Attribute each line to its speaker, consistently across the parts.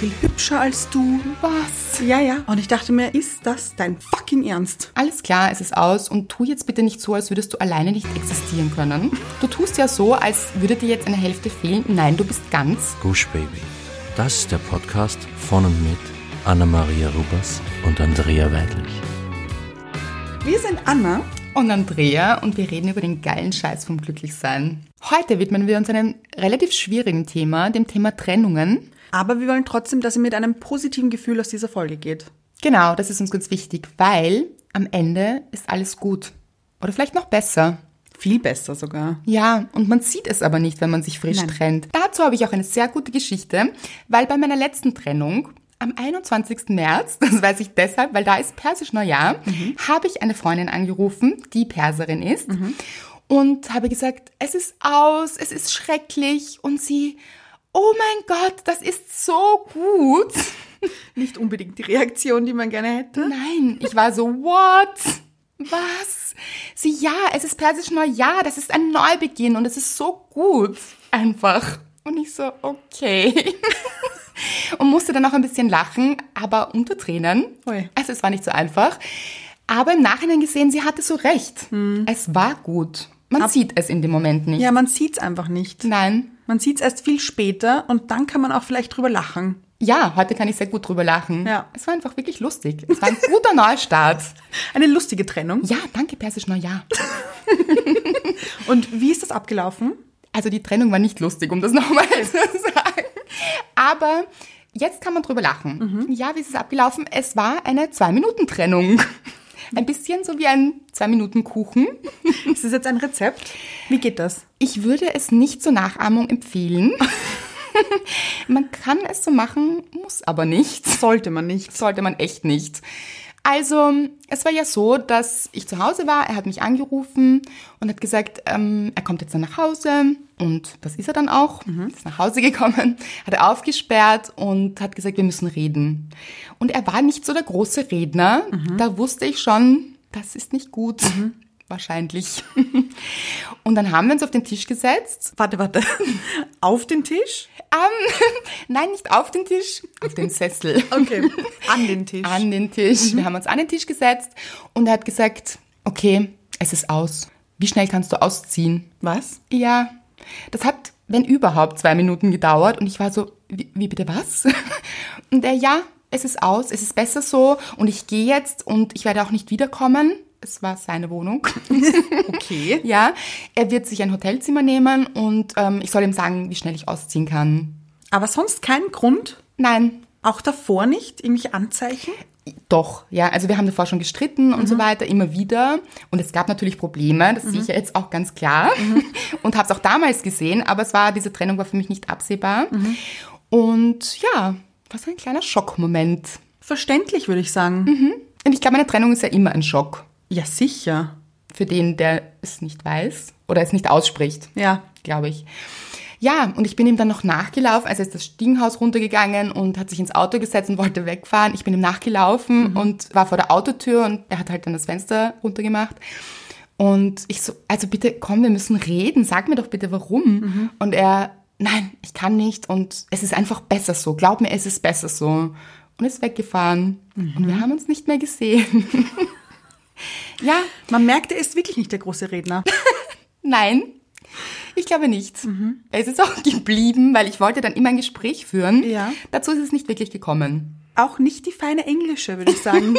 Speaker 1: viel hübscher als du.
Speaker 2: Was?
Speaker 1: Ja, ja. Und ich dachte mir, ist das dein fucking Ernst?
Speaker 2: Alles klar, es ist aus und tu jetzt bitte nicht so, als würdest du alleine nicht existieren können. Du tust ja so, als würde dir jetzt eine Hälfte fehlen. Nein, du bist ganz.
Speaker 3: Gush Baby. Das ist der Podcast von und mit Anna-Maria Rubers und Andrea Weidlich.
Speaker 1: Wir sind Anna.
Speaker 2: Und Andrea und wir reden über den geilen Scheiß vom Glücklichsein. Heute widmen wir uns einem relativ schwierigen Thema, dem Thema Trennungen.
Speaker 1: Aber wir wollen trotzdem, dass ihr mit einem positiven Gefühl aus dieser Folge geht.
Speaker 2: Genau, das ist uns ganz wichtig, weil am Ende ist alles gut. Oder vielleicht noch besser.
Speaker 1: Viel besser sogar.
Speaker 2: Ja, und man sieht es aber nicht, wenn man sich frisch
Speaker 1: Nein.
Speaker 2: trennt. Dazu habe ich auch eine sehr gute Geschichte, weil bei meiner letzten Trennung am 21. März, das weiß ich deshalb, weil da ist persisch Neujahr, habe ich eine Freundin angerufen, die Perserin ist, und habe gesagt, es ist aus, es ist schrecklich, und sie, oh mein Gott, das ist so gut.
Speaker 1: Nicht unbedingt die Reaktion, die man gerne hätte.
Speaker 2: Nein, ich war so, what? Was? Sie, ja, es ist persisch Neujahr, das ist ein Neubeginn und es ist so gut. Einfach. Und ich so, okay. und musste dann auch ein bisschen lachen, aber unter Tränen.
Speaker 1: Ui.
Speaker 2: Also es war nicht so einfach. Aber im Nachhinein gesehen, sie hatte so recht. Es war gut. Man sieht es in dem Moment nicht.
Speaker 1: Hm. Ja, man sieht's einfach nicht.
Speaker 2: Nein.
Speaker 1: Man sieht's erst viel später und dann kann man auch vielleicht drüber lachen.
Speaker 2: Ja, heute kann ich sehr gut drüber lachen.
Speaker 1: Ja.
Speaker 2: Es war einfach wirklich lustig. Es war ein guter Neustart.
Speaker 1: Eine lustige Trennung.
Speaker 2: Ja, danke, persisch Neujahr.
Speaker 1: Und wie ist das abgelaufen?
Speaker 2: Also die Trennung war nicht lustig, um das nochmal zu sagen. Aber jetzt kann man drüber lachen. Ja, wie ist es abgelaufen? Es war eine Zwei-Minuten-Trennung. Ein bisschen so wie ein Zwei-Minuten-Kuchen.
Speaker 1: Ist das jetzt ein Rezept? Wie geht das?
Speaker 2: Ich würde es nicht zur Nachahmung empfehlen. man kann es so machen, muss aber nicht.
Speaker 1: Sollte man nicht.
Speaker 2: Sollte man echt nicht. Also, es war ja so, dass ich zu Hause war, er hat mich angerufen und hat gesagt, ähm, er kommt jetzt dann nach Hause und das ist er dann auch, ist nach Hause gekommen, hat er aufgesperrt und hat gesagt, wir müssen reden. Und er war nicht so der große Redner, da wusste ich schon, das ist nicht gut, wahrscheinlich. und dann haben wir uns auf den Tisch gesetzt
Speaker 1: Warte, warte. Auf den Tisch?
Speaker 2: ähm, nein, nicht auf den Tisch, auf den Sessel.
Speaker 1: Okay. An den Tisch.
Speaker 2: An den Tisch. Wir haben uns an den Tisch gesetzt und er hat gesagt, okay, es ist aus. Wie schnell kannst du ausziehen?
Speaker 1: Was?
Speaker 2: Ja, das hat, wenn überhaupt, zwei Minuten gedauert und ich war so, wie, wie bitte was? Und er, ja, es ist aus, es ist besser so und ich gehe jetzt und ich werde auch nicht wiederkommen. Es war seine Wohnung.
Speaker 1: Okay.
Speaker 2: Ja, er wird sich ein Hotelzimmer nehmen und ähm, ich soll ihm sagen, wie schnell ich ausziehen kann.
Speaker 1: Aber sonst keinen Grund?
Speaker 2: Nein,
Speaker 1: Auch davor nicht? Irgendwelche Anzeichen?
Speaker 2: Doch, ja. Also wir haben davor schon gestritten und so weiter, immer wieder. Und es gab natürlich Probleme, das sehe ich ja jetzt auch ganz klar. Und habe es auch damals gesehen, aber es war, diese Trennung war für mich nicht absehbar. Und ja, war so ein kleiner Schockmoment.
Speaker 1: Verständlich, würde ich sagen.
Speaker 2: Und ich glaube, eine Trennung ist ja immer ein Schock
Speaker 1: Mhm. Ja, sicher.
Speaker 2: für den, der es nicht weiß oder es nicht ausspricht.
Speaker 1: Ja.
Speaker 2: glaube ich. Ja, und ich bin ihm dann noch nachgelaufen. Also er ist das Stiegenhaus runtergegangen und hat sich ins Auto gesetzt und wollte wegfahren. Ich bin ihm nachgelaufen und war vor der Autotür und er hat halt dann das Fenster runtergemacht. Und ich so, also bitte komm, wir müssen reden. Sag mir doch bitte warum. Und er, nein, ich kann nicht und es ist einfach besser so. Glaub mir, es ist besser so. Und ist weggefahren. Und wir haben uns nicht mehr gesehen. ja,
Speaker 1: Man merkt, er ist wirklich nicht der große Redner.
Speaker 2: Nein, ich glaube nicht. Er ist jetzt auch geblieben, weil ich wollte dann immer ein Gespräch führen.
Speaker 1: Ja.
Speaker 2: Dazu ist es nicht wirklich gekommen.
Speaker 1: Auch nicht die feine Englische, würde ich sagen.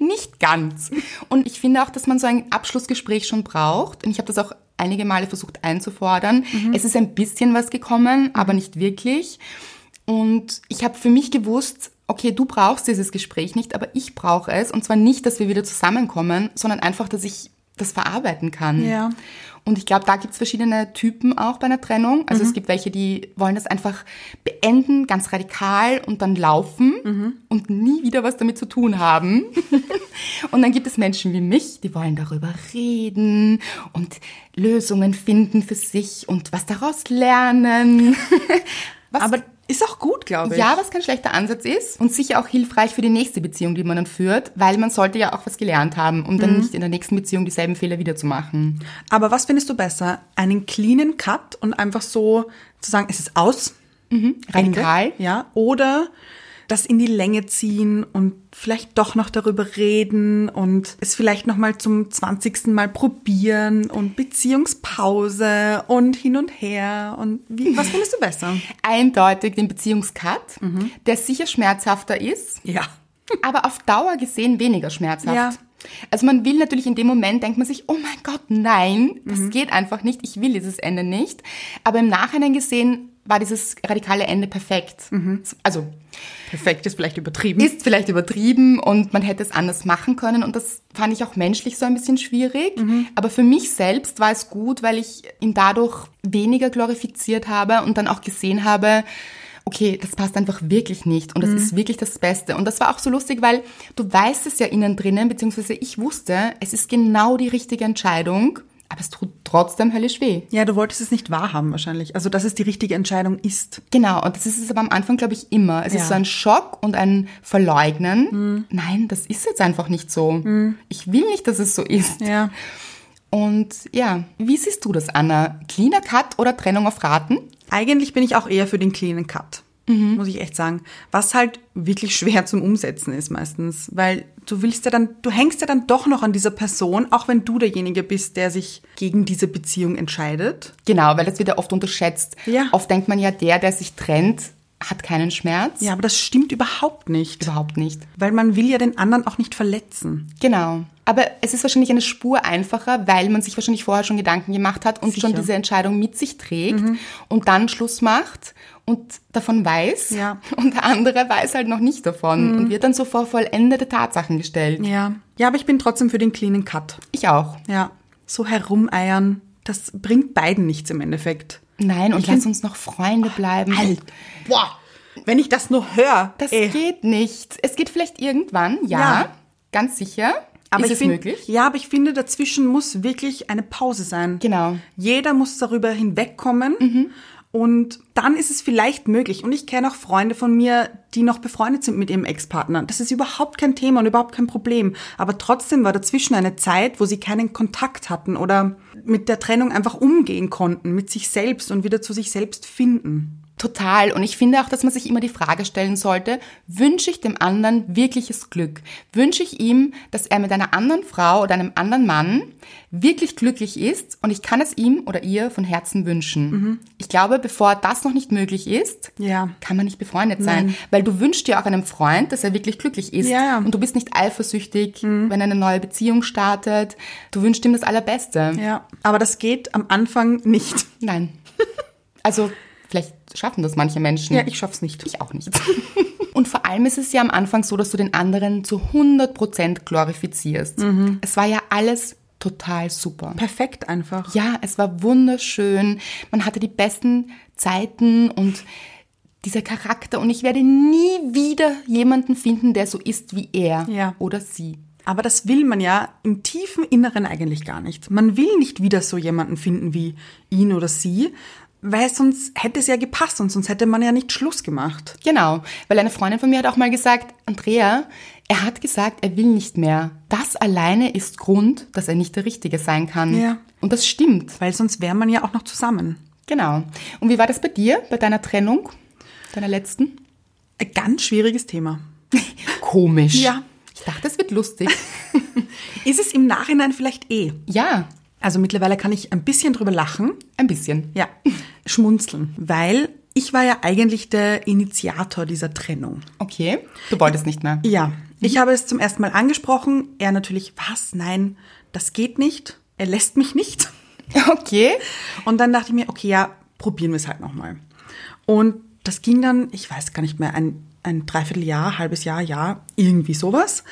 Speaker 2: Nicht ganz. Und ich finde auch, dass man so ein Abschlussgespräch schon braucht. Und ich habe das auch einige Male versucht einzufordern. Es ist ein bisschen was gekommen, aber nicht wirklich. Und ich habe für mich gewusst, okay, du brauchst dieses Gespräch nicht, aber ich brauche es. Und zwar nicht, dass wir wieder zusammenkommen, sondern einfach, dass ich das verarbeiten kann.
Speaker 1: Ja.
Speaker 2: Und ich glaube, da gibt's verschiedene Typen auch bei einer Trennung. Also es gibt welche, die wollen das einfach beenden, ganz radikal und dann laufen und nie wieder was damit zu tun haben. und dann gibt es Menschen wie mich, die wollen darüber reden und Lösungen finden für sich und was daraus lernen. was
Speaker 1: Aber ist auch gut, glaube ich.
Speaker 2: ja, was kein schlechter Ansatz ist und sicher auch hilfreich für die nächste Beziehung, die man dann führt, weil man sollte ja auch was gelernt haben, um dann nicht in der nächsten Beziehung dieselben Fehler wieder zu machen.
Speaker 1: Aber was findest du besser? Einen cleanen Cut und einfach so zu sagen, es ist aus?
Speaker 2: Radikal.
Speaker 1: Ja. Oder das in die Länge ziehen und vielleicht doch noch darüber reden und es vielleicht noch mal zum 20. Mal probieren und Beziehungspause und hin und her und wie, was findest du besser?
Speaker 2: Eindeutig den Beziehungscut, der sicher schmerzhafter ist,
Speaker 1: Ja.
Speaker 2: aber auf Dauer gesehen weniger schmerzhaft.
Speaker 1: Ja.
Speaker 2: Also man will natürlich in dem Moment, denkt man sich, oh mein Gott, nein, das
Speaker 1: Mhm.
Speaker 2: geht einfach nicht, ich will dieses Ende nicht. Aber im Nachhinein gesehen war dieses radikale Ende perfekt. Also
Speaker 1: Mhm. Perfekt ist vielleicht übertrieben.
Speaker 2: ist vielleicht übertrieben und man hätte es anders machen können und das fand ich auch menschlich so ein bisschen schwierig.
Speaker 1: Mhm.
Speaker 2: Aber für mich selbst war es gut, weil ich ihn dadurch weniger glorifiziert habe und dann auch gesehen habe, okay, das passt einfach wirklich nicht
Speaker 1: Mhm.
Speaker 2: und das ist wirklich das Beste. Und das war auch so lustig, weil du weißt es ja innen drinnen, beziehungsweise ich wusste, es ist genau die richtige Entscheidung, aber es tut trotzdem höllisch weh.
Speaker 1: ja, du wolltest es nicht wahrhaben wahrscheinlich. Also, dass es die richtige Entscheidung ist.
Speaker 2: Genau, und das ist es aber am Anfang, glaube ich, immer. Es
Speaker 1: Ja. Mhm.
Speaker 2: ist so ein Schock und ein Verleugnen. Nein, das ist jetzt einfach nicht so. Ich will nicht, dass es so ist.
Speaker 1: Ja.
Speaker 2: Und ja, wie siehst du das, Anna? Cleaner Cut oder Trennung auf Raten?
Speaker 1: Eigentlich bin ich auch eher für den cleanen Cut, muss ich echt sagen. Was halt wirklich schwer zum Umsetzen ist meistens, weil du willst ja dann, du hängst ja dann doch noch an dieser Person, auch wenn du derjenige bist, der sich gegen diese Beziehung entscheidet.
Speaker 2: Genau, weil das wird ja oft unterschätzt.
Speaker 1: Ja.
Speaker 2: Oft denkt man ja, der, der sich trennt, hat keinen Schmerz.
Speaker 1: Ja, aber das stimmt überhaupt nicht,
Speaker 2: Überhaupt nicht.
Speaker 1: weil man will ja den anderen auch nicht verletzen.
Speaker 2: Genau. Aber es ist wahrscheinlich eine Spur einfacher, weil man sich wahrscheinlich vorher schon Gedanken gemacht hat und schon
Speaker 1: Sicher. Mhm.
Speaker 2: diese Entscheidung mit sich trägt und dann Schluss macht und davon weiß.
Speaker 1: Ja. Mhm.
Speaker 2: Und der andere weiß halt noch nicht davon und wird dann so vor vollendete Tatsachen gestellt.
Speaker 1: Ja. Ja, aber ich bin trotzdem für den cleanen Cut.
Speaker 2: Ich auch.
Speaker 1: Ja. So herumeiern, das bringt beiden nichts im Endeffekt.
Speaker 2: Nein, und lass uns noch Freunde bleiben.
Speaker 1: Alt. Halt. Boah. Wenn ich das nur höre.
Speaker 2: Das
Speaker 1: ey.
Speaker 2: geht nicht. Es geht vielleicht irgendwann, ja.
Speaker 1: Ja.
Speaker 2: Ganz sicher.
Speaker 1: Aber
Speaker 2: ist
Speaker 1: ich
Speaker 2: es
Speaker 1: find,
Speaker 2: möglich?
Speaker 1: Ja, aber ich finde, dazwischen muss wirklich eine Pause sein.
Speaker 2: Genau. Mhm.
Speaker 1: Jeder muss darüber hinwegkommen. Und dann ist es vielleicht möglich. Und ich kenne auch Freunde von mir, die noch befreundet sind mit ihrem Ex-Partner. Das ist überhaupt kein Thema und überhaupt kein Problem. Aber trotzdem war dazwischen eine Zeit, wo sie keinen Kontakt hatten oder mit der Trennung einfach umgehen konnten, mit sich selbst und wieder zu sich selbst finden.
Speaker 2: Total. Und ich finde auch, dass man sich immer die Frage stellen sollte, wünsche ich dem anderen wirkliches Glück? Wünsche ich ihm, dass er mit einer anderen Frau oder einem anderen Mann wirklich glücklich ist und ich kann es ihm oder ihr von Herzen wünschen.
Speaker 1: Mhm.
Speaker 2: Ich glaube, bevor das noch nicht möglich ist,
Speaker 1: Ja.
Speaker 2: kann man nicht befreundet sein, weil du wünschst dir auch einem Freund, dass er wirklich glücklich ist
Speaker 1: Ja. Mhm.
Speaker 2: und du bist nicht eifersüchtig, wenn eine neue Beziehung startet. Du wünschst ihm das Allerbeste.
Speaker 1: Ja. Aber das geht am Anfang nicht.
Speaker 2: Nein. Also vielleicht schaffen das manche Menschen.
Speaker 1: Ja, ich schaff's nicht.
Speaker 2: Ich auch nicht. Und vor allem ist es ja am Anfang so, dass du den anderen zu 100% glorifizierst.
Speaker 1: Mhm.
Speaker 2: Es war ja alles total super.
Speaker 1: Perfekt einfach.
Speaker 2: Ja, es war wunderschön. Man hatte die besten Zeiten und dieser Charakter. Und ich werde nie wieder jemanden finden, der so ist wie er
Speaker 1: Ja.
Speaker 2: oder sie.
Speaker 1: Aber das will man ja im tiefen Inneren eigentlich gar nicht. Man will nicht wieder so jemanden finden wie ihn oder sie, weil sonst hätte es ja gepasst und sonst hätte man ja nicht Schluss gemacht.
Speaker 2: Genau, weil eine Freundin von mir hat auch mal gesagt, Andrea, er hat gesagt, er will nicht mehr. Das alleine ist Grund, dass er nicht der Richtige sein kann.
Speaker 1: Ja.
Speaker 2: Und das stimmt.
Speaker 1: Weil sonst wäre man ja auch noch zusammen.
Speaker 2: Genau. Und wie war das bei dir, bei deiner Trennung, deiner letzten?
Speaker 1: Ein ganz schwieriges Thema.
Speaker 2: Komisch.
Speaker 1: Ja.
Speaker 2: Ich dachte, es wird lustig.
Speaker 1: Ist es im Nachhinein vielleicht eh?
Speaker 2: ja,
Speaker 1: Also mittlerweile kann ich ein bisschen drüber lachen.
Speaker 2: ein bisschen.
Speaker 1: Ja, schmunzeln. Weil ich war ja eigentlich der Initiator dieser Trennung.
Speaker 2: Okay. Du wolltest nicht mehr.
Speaker 1: Ja, ich habe es zum ersten Mal angesprochen. Er natürlich, was? Nein, das geht nicht. Er lässt mich nicht.
Speaker 2: Okay.
Speaker 1: Und dann dachte ich mir, okay, ja, probieren wir es halt nochmal. Und das ging dann, ich weiß gar nicht mehr, ein, ein Dreivierteljahr, halbes Jahr, Jahr, irgendwie sowas.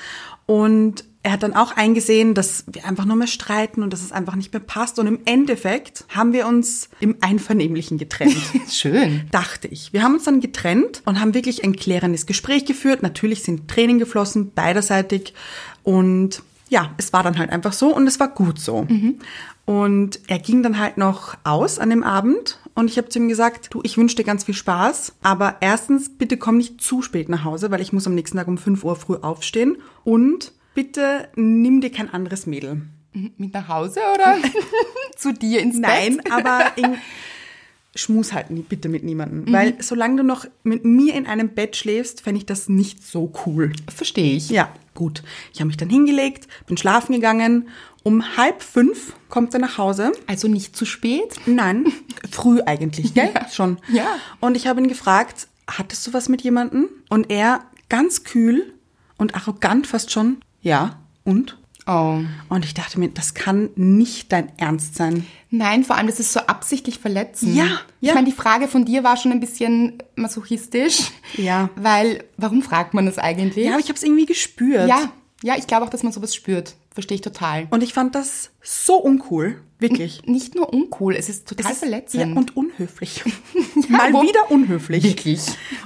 Speaker 1: Und er hat dann auch eingesehen, dass wir einfach nur mehr streiten und dass es einfach nicht mehr passt. Und im Endeffekt haben wir uns im Einvernehmlichen getrennt.
Speaker 2: Schön.
Speaker 1: dachte ich. Wir haben uns dann getrennt und haben wirklich ein klärendes Gespräch geführt. Natürlich sind Tränen geflossen, beiderseitig. Und ja, es war dann halt einfach so und es war gut so. Und er ging dann halt noch aus an dem Abend und ich habe zu ihm gesagt, du, ich wünsche dir ganz viel Spaß, aber erstens, bitte komm nicht zu spät nach Hause, weil ich muss am nächsten Tag um 5 Uhr früh aufstehen und bitte nimm dir kein anderes Mädel.
Speaker 2: Mit nach Hause oder zu dir ins
Speaker 1: Nein,
Speaker 2: Bett?
Speaker 1: aber in, schmus halt nie, bitte mit niemandem.
Speaker 2: Mhm.
Speaker 1: Weil solange du noch mit mir in einem Bett schläfst, fände ich das nicht so cool.
Speaker 2: Verstehe ich.
Speaker 1: Ja, gut. Ich habe mich dann hingelegt, bin schlafen gegangen. Um halb fünf kommt er nach Hause.
Speaker 2: Also nicht zu spät.
Speaker 1: Nein, früh eigentlich, gell?
Speaker 2: Ja, ja.
Speaker 1: Schon.
Speaker 2: Ja.
Speaker 1: Und ich habe ihn gefragt, hattest du was mit jemandem? Und er ganz kühl und arrogant fast schon, ja, und?
Speaker 2: Oh.
Speaker 1: Und ich dachte mir, das kann nicht dein Ernst sein.
Speaker 2: Nein, vor allem, das ist so absichtlich verletzend.
Speaker 1: Ja, ja.
Speaker 2: Ich meine, die Frage von dir war schon ein bisschen masochistisch.
Speaker 1: Ja.
Speaker 2: Weil, warum fragt man das eigentlich?
Speaker 1: Ja, aber ich habe es irgendwie gespürt.
Speaker 2: ja, ja, ich glaube auch, dass man sowas spürt. Verstehe ich total.
Speaker 1: Und ich fand das so uncool, wirklich.
Speaker 2: Nicht nur uncool, es ist total
Speaker 1: Es ist-
Speaker 2: verletzend.
Speaker 1: Ja, und unhöflich. Mal
Speaker 2: wo-
Speaker 1: wieder unhöflich.
Speaker 2: Wirklich?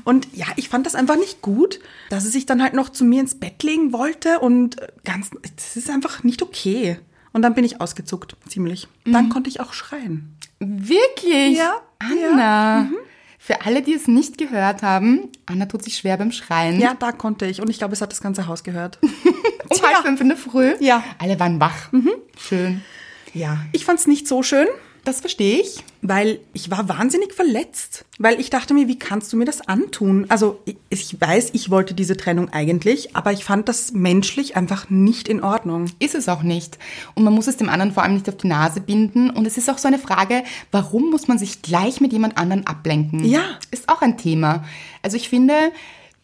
Speaker 1: Und ja, ich fand das einfach nicht gut, dass er sich dann halt noch zu mir ins Bett legen wollte und äh, ganz, das ist einfach nicht okay. Und dann bin ich ausgezuckt, ziemlich.
Speaker 2: Mhm.
Speaker 1: Dann konnte ich auch schreien.
Speaker 2: Wirklich?
Speaker 1: Ja,
Speaker 2: Anna. Mhm. Für alle, die es nicht gehört haben, Anna tut sich schwer beim Schreien.
Speaker 1: Ja, da konnte ich. Und ich glaube, es hat das ganze Haus gehört.
Speaker 2: Um halb fünf in der Früh.
Speaker 1: Ja. Mhm.
Speaker 2: Alle waren wach. Schön.
Speaker 1: ja. Ich fand es nicht so schön.
Speaker 2: Das verstehe ich.
Speaker 1: Weil ich war wahnsinnig verletzt, weil ich dachte mir, wie kannst du mir das antun? Also ich, ich weiß, ich wollte diese Trennung eigentlich, aber ich fand das menschlich einfach nicht in Ordnung.
Speaker 2: Ist es auch nicht. Und man muss es dem anderen vor allem nicht auf die Nase binden. Und es ist auch so eine Frage, warum muss man sich gleich mit jemand anderen ablenken?
Speaker 1: Ja.
Speaker 2: Ist auch ein Thema. Also ich finde,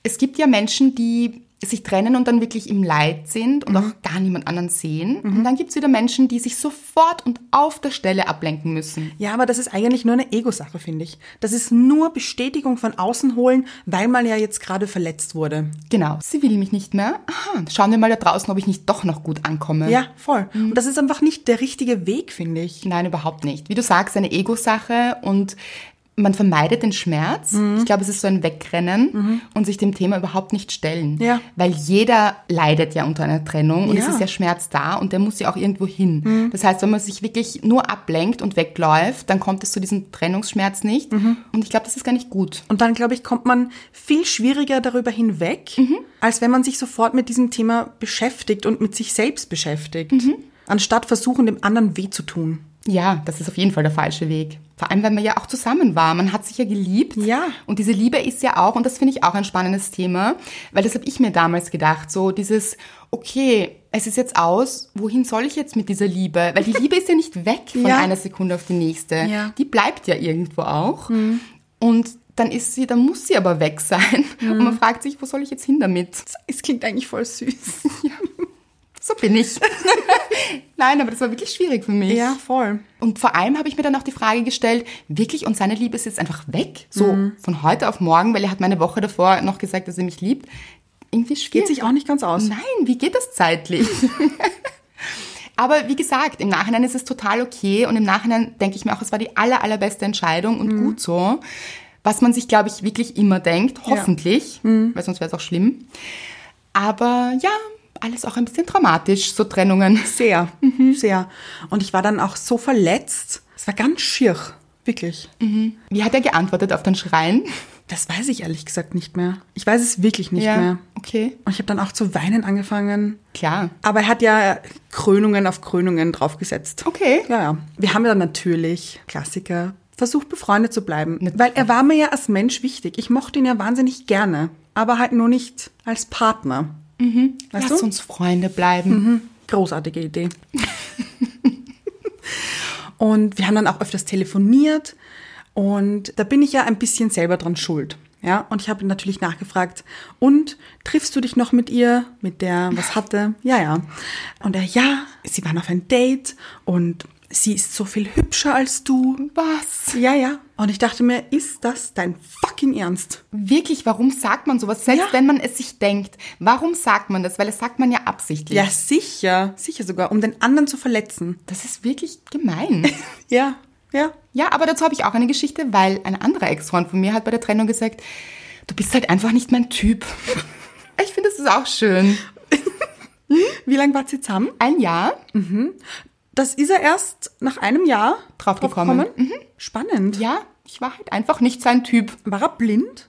Speaker 2: es gibt ja Menschen, die sich trennen und dann wirklich im Leid sind
Speaker 1: Mhm.
Speaker 2: und auch gar niemand anderen sehen. Und dann gibt es wieder Menschen, die sich sofort und auf der Stelle ablenken müssen.
Speaker 1: Ja, aber das ist eigentlich nur eine Ego-Sache, finde ich. Das ist nur Bestätigung von außen holen, weil man ja jetzt gerade verletzt wurde.
Speaker 2: Genau. Sie will mich nicht mehr. Aha, schauen wir mal da draußen, ob ich nicht doch noch gut ankomme.
Speaker 1: Ja, voll. Und das ist einfach nicht der richtige Weg, finde ich.
Speaker 2: Nein, überhaupt nicht. Wie du sagst, eine Ego-Sache und man vermeidet den Schmerz.
Speaker 1: Mhm.
Speaker 2: Ich glaube, es ist so ein Wegrennen und sich dem Thema überhaupt nicht stellen.
Speaker 1: Ja.
Speaker 2: Weil jeder leidet ja unter einer Trennung und
Speaker 1: Ja. Mhm.
Speaker 2: es ist ja Schmerz da und der muss ja auch irgendwo hin. Das heißt, wenn man sich wirklich nur ablenkt und wegläuft, dann kommt es zu diesem Trennungsschmerz nicht.
Speaker 1: Mhm.
Speaker 2: Und ich glaube, das ist gar nicht gut.
Speaker 1: Und dann, glaube ich, kommt man viel schwieriger darüber hinweg, als wenn man sich sofort mit diesem Thema beschäftigt und mit sich selbst beschäftigt, anstatt versuchen, dem anderen weh zu tun.
Speaker 2: Ja, das ist auf jeden Fall der falsche Weg. Vor allem, weil man ja auch zusammen war. Man hat sich ja geliebt.
Speaker 1: Ja.
Speaker 2: Und diese Liebe ist ja auch, und das finde ich auch ein spannendes Thema, weil das habe ich mir damals gedacht, so dieses, okay, es ist jetzt aus, wohin soll ich jetzt mit dieser Liebe? Weil die Liebe ist ja nicht weg von
Speaker 1: Ja.
Speaker 2: einer Sekunde auf die nächste.
Speaker 1: Ja. Mhm.
Speaker 2: Die bleibt ja irgendwo auch. Und dann ist sie, dann muss sie aber weg sein.
Speaker 1: Mhm.
Speaker 2: Und man fragt sich, wo soll ich jetzt hin damit?
Speaker 1: Es klingt eigentlich voll süß.
Speaker 2: So bin ich. Nein, aber das war wirklich schwierig für mich.
Speaker 1: Ja, voll.
Speaker 2: Und vor allem habe ich mir dann auch die Frage gestellt, wirklich, und seine Liebe ist jetzt einfach weg, so
Speaker 1: Mhm.
Speaker 2: von heute auf morgen, weil er hat meine Woche davor noch gesagt, dass er mich liebt. Irgendwie
Speaker 1: Geht
Speaker 2: schwierig.
Speaker 1: sich auch nicht ganz aus.
Speaker 2: Nein, wie geht das zeitlich? Aber wie gesagt, im Nachhinein ist es total okay und im Nachhinein denke ich mir auch, es war die aller, allerbeste Entscheidung
Speaker 1: Mhm.
Speaker 2: und gut so. Was man sich, glaube ich, wirklich immer denkt, hoffentlich,
Speaker 1: Mhm.
Speaker 2: weil sonst wäre es auch schlimm. Aber ja, alles auch ein bisschen dramatisch, so Trennungen.
Speaker 1: Sehr, sehr. Und ich war dann auch so verletzt. Es war ganz schier, wirklich.
Speaker 2: Wie hat er geantwortet auf dein Schreien?
Speaker 1: Das weiß ich ehrlich gesagt nicht mehr. Ich weiß es wirklich nicht
Speaker 2: ja,
Speaker 1: mehr.
Speaker 2: okay.
Speaker 1: Und ich habe dann auch zu weinen angefangen.
Speaker 2: Klar.
Speaker 1: Aber er hat ja Krönungen auf Krönungen draufgesetzt.
Speaker 2: Okay.
Speaker 1: Ja, ja. Wir haben ja natürlich Klassiker versucht, befreundet zu bleiben. Weil er war mir ja als Mensch wichtig. Ich mochte ihn ja wahnsinnig gerne. Aber halt nur nicht als Partner. Weißt
Speaker 2: Lass
Speaker 1: du? Mhm.
Speaker 2: uns Freunde bleiben.
Speaker 1: Großartige Idee. und wir haben dann auch öfters telefoniert und da bin ich ja ein bisschen selber dran schuld. Ja, und ich habe natürlich nachgefragt, und triffst du dich noch mit ihr, mit der was hatte? Ja, ja. Und er, ja, sie waren auf ein Date und sie ist so viel hübscher als du.
Speaker 2: Was?
Speaker 1: Ja, ja. Und ich dachte mir, ist das dein fucking Ernst?
Speaker 2: Wirklich, warum sagt man sowas? Selbst
Speaker 1: Ja.
Speaker 2: wenn man es sich denkt. Warum sagt man das? Weil das sagt man ja absichtlich.
Speaker 1: Ja, sicher. Sicher sogar, um den anderen zu verletzen.
Speaker 2: Das ist wirklich gemein.
Speaker 1: Ja, ja.
Speaker 2: ja, aber dazu habe ich auch eine Geschichte, weil ein anderer Ex-Freund von mir hat bei der Trennung gesagt, du bist halt einfach nicht mein Typ. ich finde, das ist auch schön.
Speaker 1: Wie lange wart ihr zusammen?
Speaker 2: Ein Jahr.
Speaker 1: Das ist er erst nach einem Jahr
Speaker 2: Draufgekommen.
Speaker 1: gekommen? Spannend.
Speaker 2: Ja, ich war halt einfach nicht sein Typ.
Speaker 1: War er blind?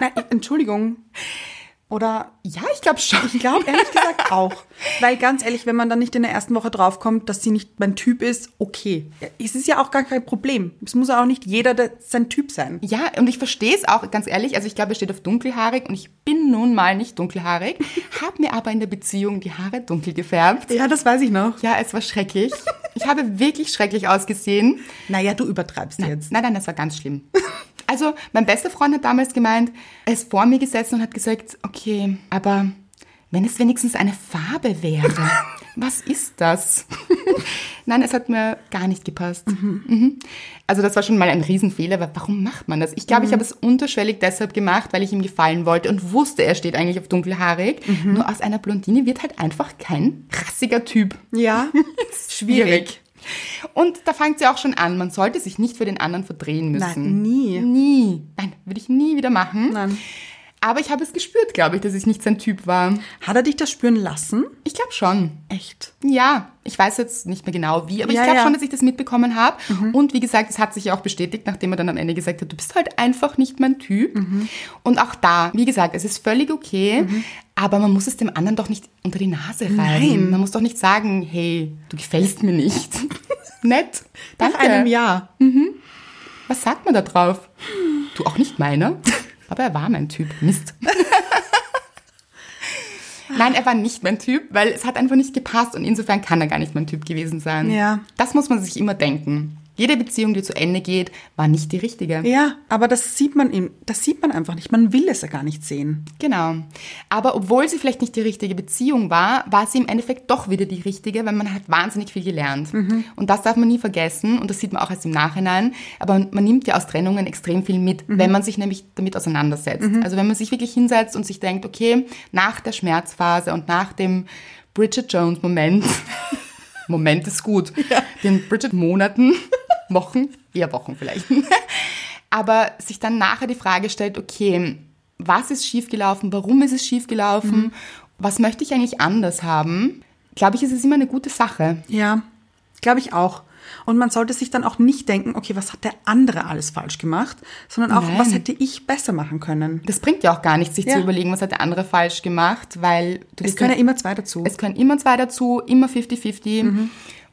Speaker 1: Nein, Entschuldigung. Oder
Speaker 2: Ja, ich glaube schon.
Speaker 1: ich glaube ehrlich gesagt auch. Weil ganz ehrlich, wenn man dann nicht in der ersten Woche draufkommt, dass sie nicht mein Typ ist, okay. Ja, Es ist ja auch gar kein Problem. Es muss ja auch nicht jeder der, sein Typ sein.
Speaker 2: Ja, und ich verstehe es auch, ganz ehrlich. Also ich glaube, er steht auf dunkelhaarig und ich bin nun mal nicht dunkelhaarig, habe mir aber in der Beziehung die Haare dunkel gefärbt.
Speaker 1: Ja, das weiß ich noch.
Speaker 2: Ja, es war schrecklich. Ich habe wirklich schrecklich ausgesehen.
Speaker 1: Naja, du übertreibst jetzt.
Speaker 2: Nein, nein, das war ganz schlimm. Also, mein bester Freund hat damals gemeint, er ist vor mir gesessen und hat gesagt, okay, aber wenn es wenigstens eine Farbe wäre, was ist das? nein, es hat mir gar nicht gepasst. Mhm. Also, das war schon mal ein Riesenfehler, aber warum macht man das? Ich glaube, ich habe es unterschwellig deshalb gemacht, weil ich ihm gefallen wollte und wusste, er steht eigentlich auf dunkelhaarig. Nur aus einer Blondine wird halt einfach kein rassiger Typ.
Speaker 1: Ja, schwierig.
Speaker 2: Schwierig. Und da fängt sie auch schon an. Man sollte sich nicht für den anderen verdrehen
Speaker 1: Nein,
Speaker 2: müssen.
Speaker 1: nie.
Speaker 2: Nie. Nein, würde ich nie wieder machen.
Speaker 1: Nein.
Speaker 2: Aber ich habe es gespürt, glaube ich, dass ich nicht sein Typ war.
Speaker 1: Hat er dich das spüren lassen?
Speaker 2: Ich glaube schon.
Speaker 1: Echt?
Speaker 2: Ja, ich weiß jetzt nicht mehr genau wie, aber
Speaker 1: Ja,
Speaker 2: ich glaube
Speaker 1: ja. Mhm.
Speaker 2: schon, dass ich das mitbekommen habe. Und wie gesagt, es hat sich ja auch bestätigt, nachdem er dann am Ende gesagt hat, du bist halt einfach nicht mein Typ.
Speaker 1: Mhm.
Speaker 2: Und auch da, wie gesagt, es ist völlig okay, aber man muss es dem anderen doch nicht unter die Nase reiben.
Speaker 1: Nein.
Speaker 2: Man muss doch nicht sagen, hey, du gefällst mir nicht. Nett. Danke.
Speaker 1: Nach einem Jahr.
Speaker 2: Was sagt man da drauf? Du auch nicht meine? Aber er war mein Typ. Mist. Nein, er war nicht mein Typ, weil es hat einfach nicht gepasst und insofern kann er gar nicht mein Typ gewesen sein.
Speaker 1: Ja.
Speaker 2: Das muss man sich immer denken. Jede Beziehung, die zu Ende geht, war nicht die richtige.
Speaker 1: Ja, aber das sieht man ihm, das sieht man einfach nicht. Man will es ja gar nicht sehen.
Speaker 2: Genau. Aber obwohl sie vielleicht nicht die richtige Beziehung war, war sie im Endeffekt doch wieder die richtige, weil man hat wahnsinnig viel gelernt. Und das darf man nie vergessen und das sieht man auch erst im Nachhinein. Aber man nimmt ja aus Trennungen extrem viel mit, wenn man sich nämlich damit auseinandersetzt. Also wenn man sich wirklich hinsetzt und sich denkt, okay, nach der Schmerzphase und nach dem Bridget Jones Moment, Moment ist gut, den Bridget Monaten, Wochen, eher Wochen vielleicht aber sich dann nachher die Frage stellt, okay, was ist schiefgelaufen, warum ist es schiefgelaufen, was möchte ich eigentlich anders haben, glaube ich, ist es immer eine gute Sache.
Speaker 1: Ja, glaube ich auch. Und man sollte sich dann auch nicht denken, okay, was hat der andere alles falsch gemacht, sondern auch,
Speaker 2: Nein.
Speaker 1: was hätte ich besser machen können.
Speaker 2: Das bringt ja auch gar nichts, sich
Speaker 1: Ja.
Speaker 2: zu überlegen, was hat der andere falsch gemacht, weil du
Speaker 1: Es
Speaker 2: wirst
Speaker 1: können ja
Speaker 2: den-
Speaker 1: immer zwei dazu.
Speaker 2: es können immer zwei dazu, immer 50-50.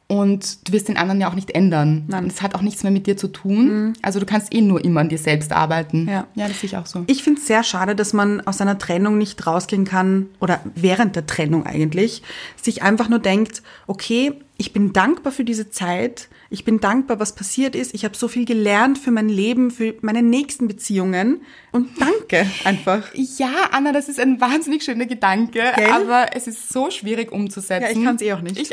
Speaker 2: Und du wirst den anderen ja auch nicht ändern.
Speaker 1: Nein.
Speaker 2: Und es hat auch nichts mehr mit dir zu tun. Also du kannst eh nur immer an dir selbst arbeiten.
Speaker 1: Ja.
Speaker 2: ja das sehe ich auch so.
Speaker 1: Ich finde es sehr schade, dass man aus einer Trennung nicht rausgehen kann oder während der Trennung eigentlich sich einfach nur denkt, okay, ich bin dankbar für diese Zeit, ich bin dankbar, was passiert ist, ich habe so viel gelernt für mein Leben, für meine nächsten Beziehungen und danke einfach.
Speaker 2: Ja, Anna, das ist ein wahnsinnig schöner Gedanke,
Speaker 1: Gell?
Speaker 2: aber es ist so schwierig umzusetzen.
Speaker 1: Ja, ich kann's eh auch nicht.
Speaker 2: hm? Ich,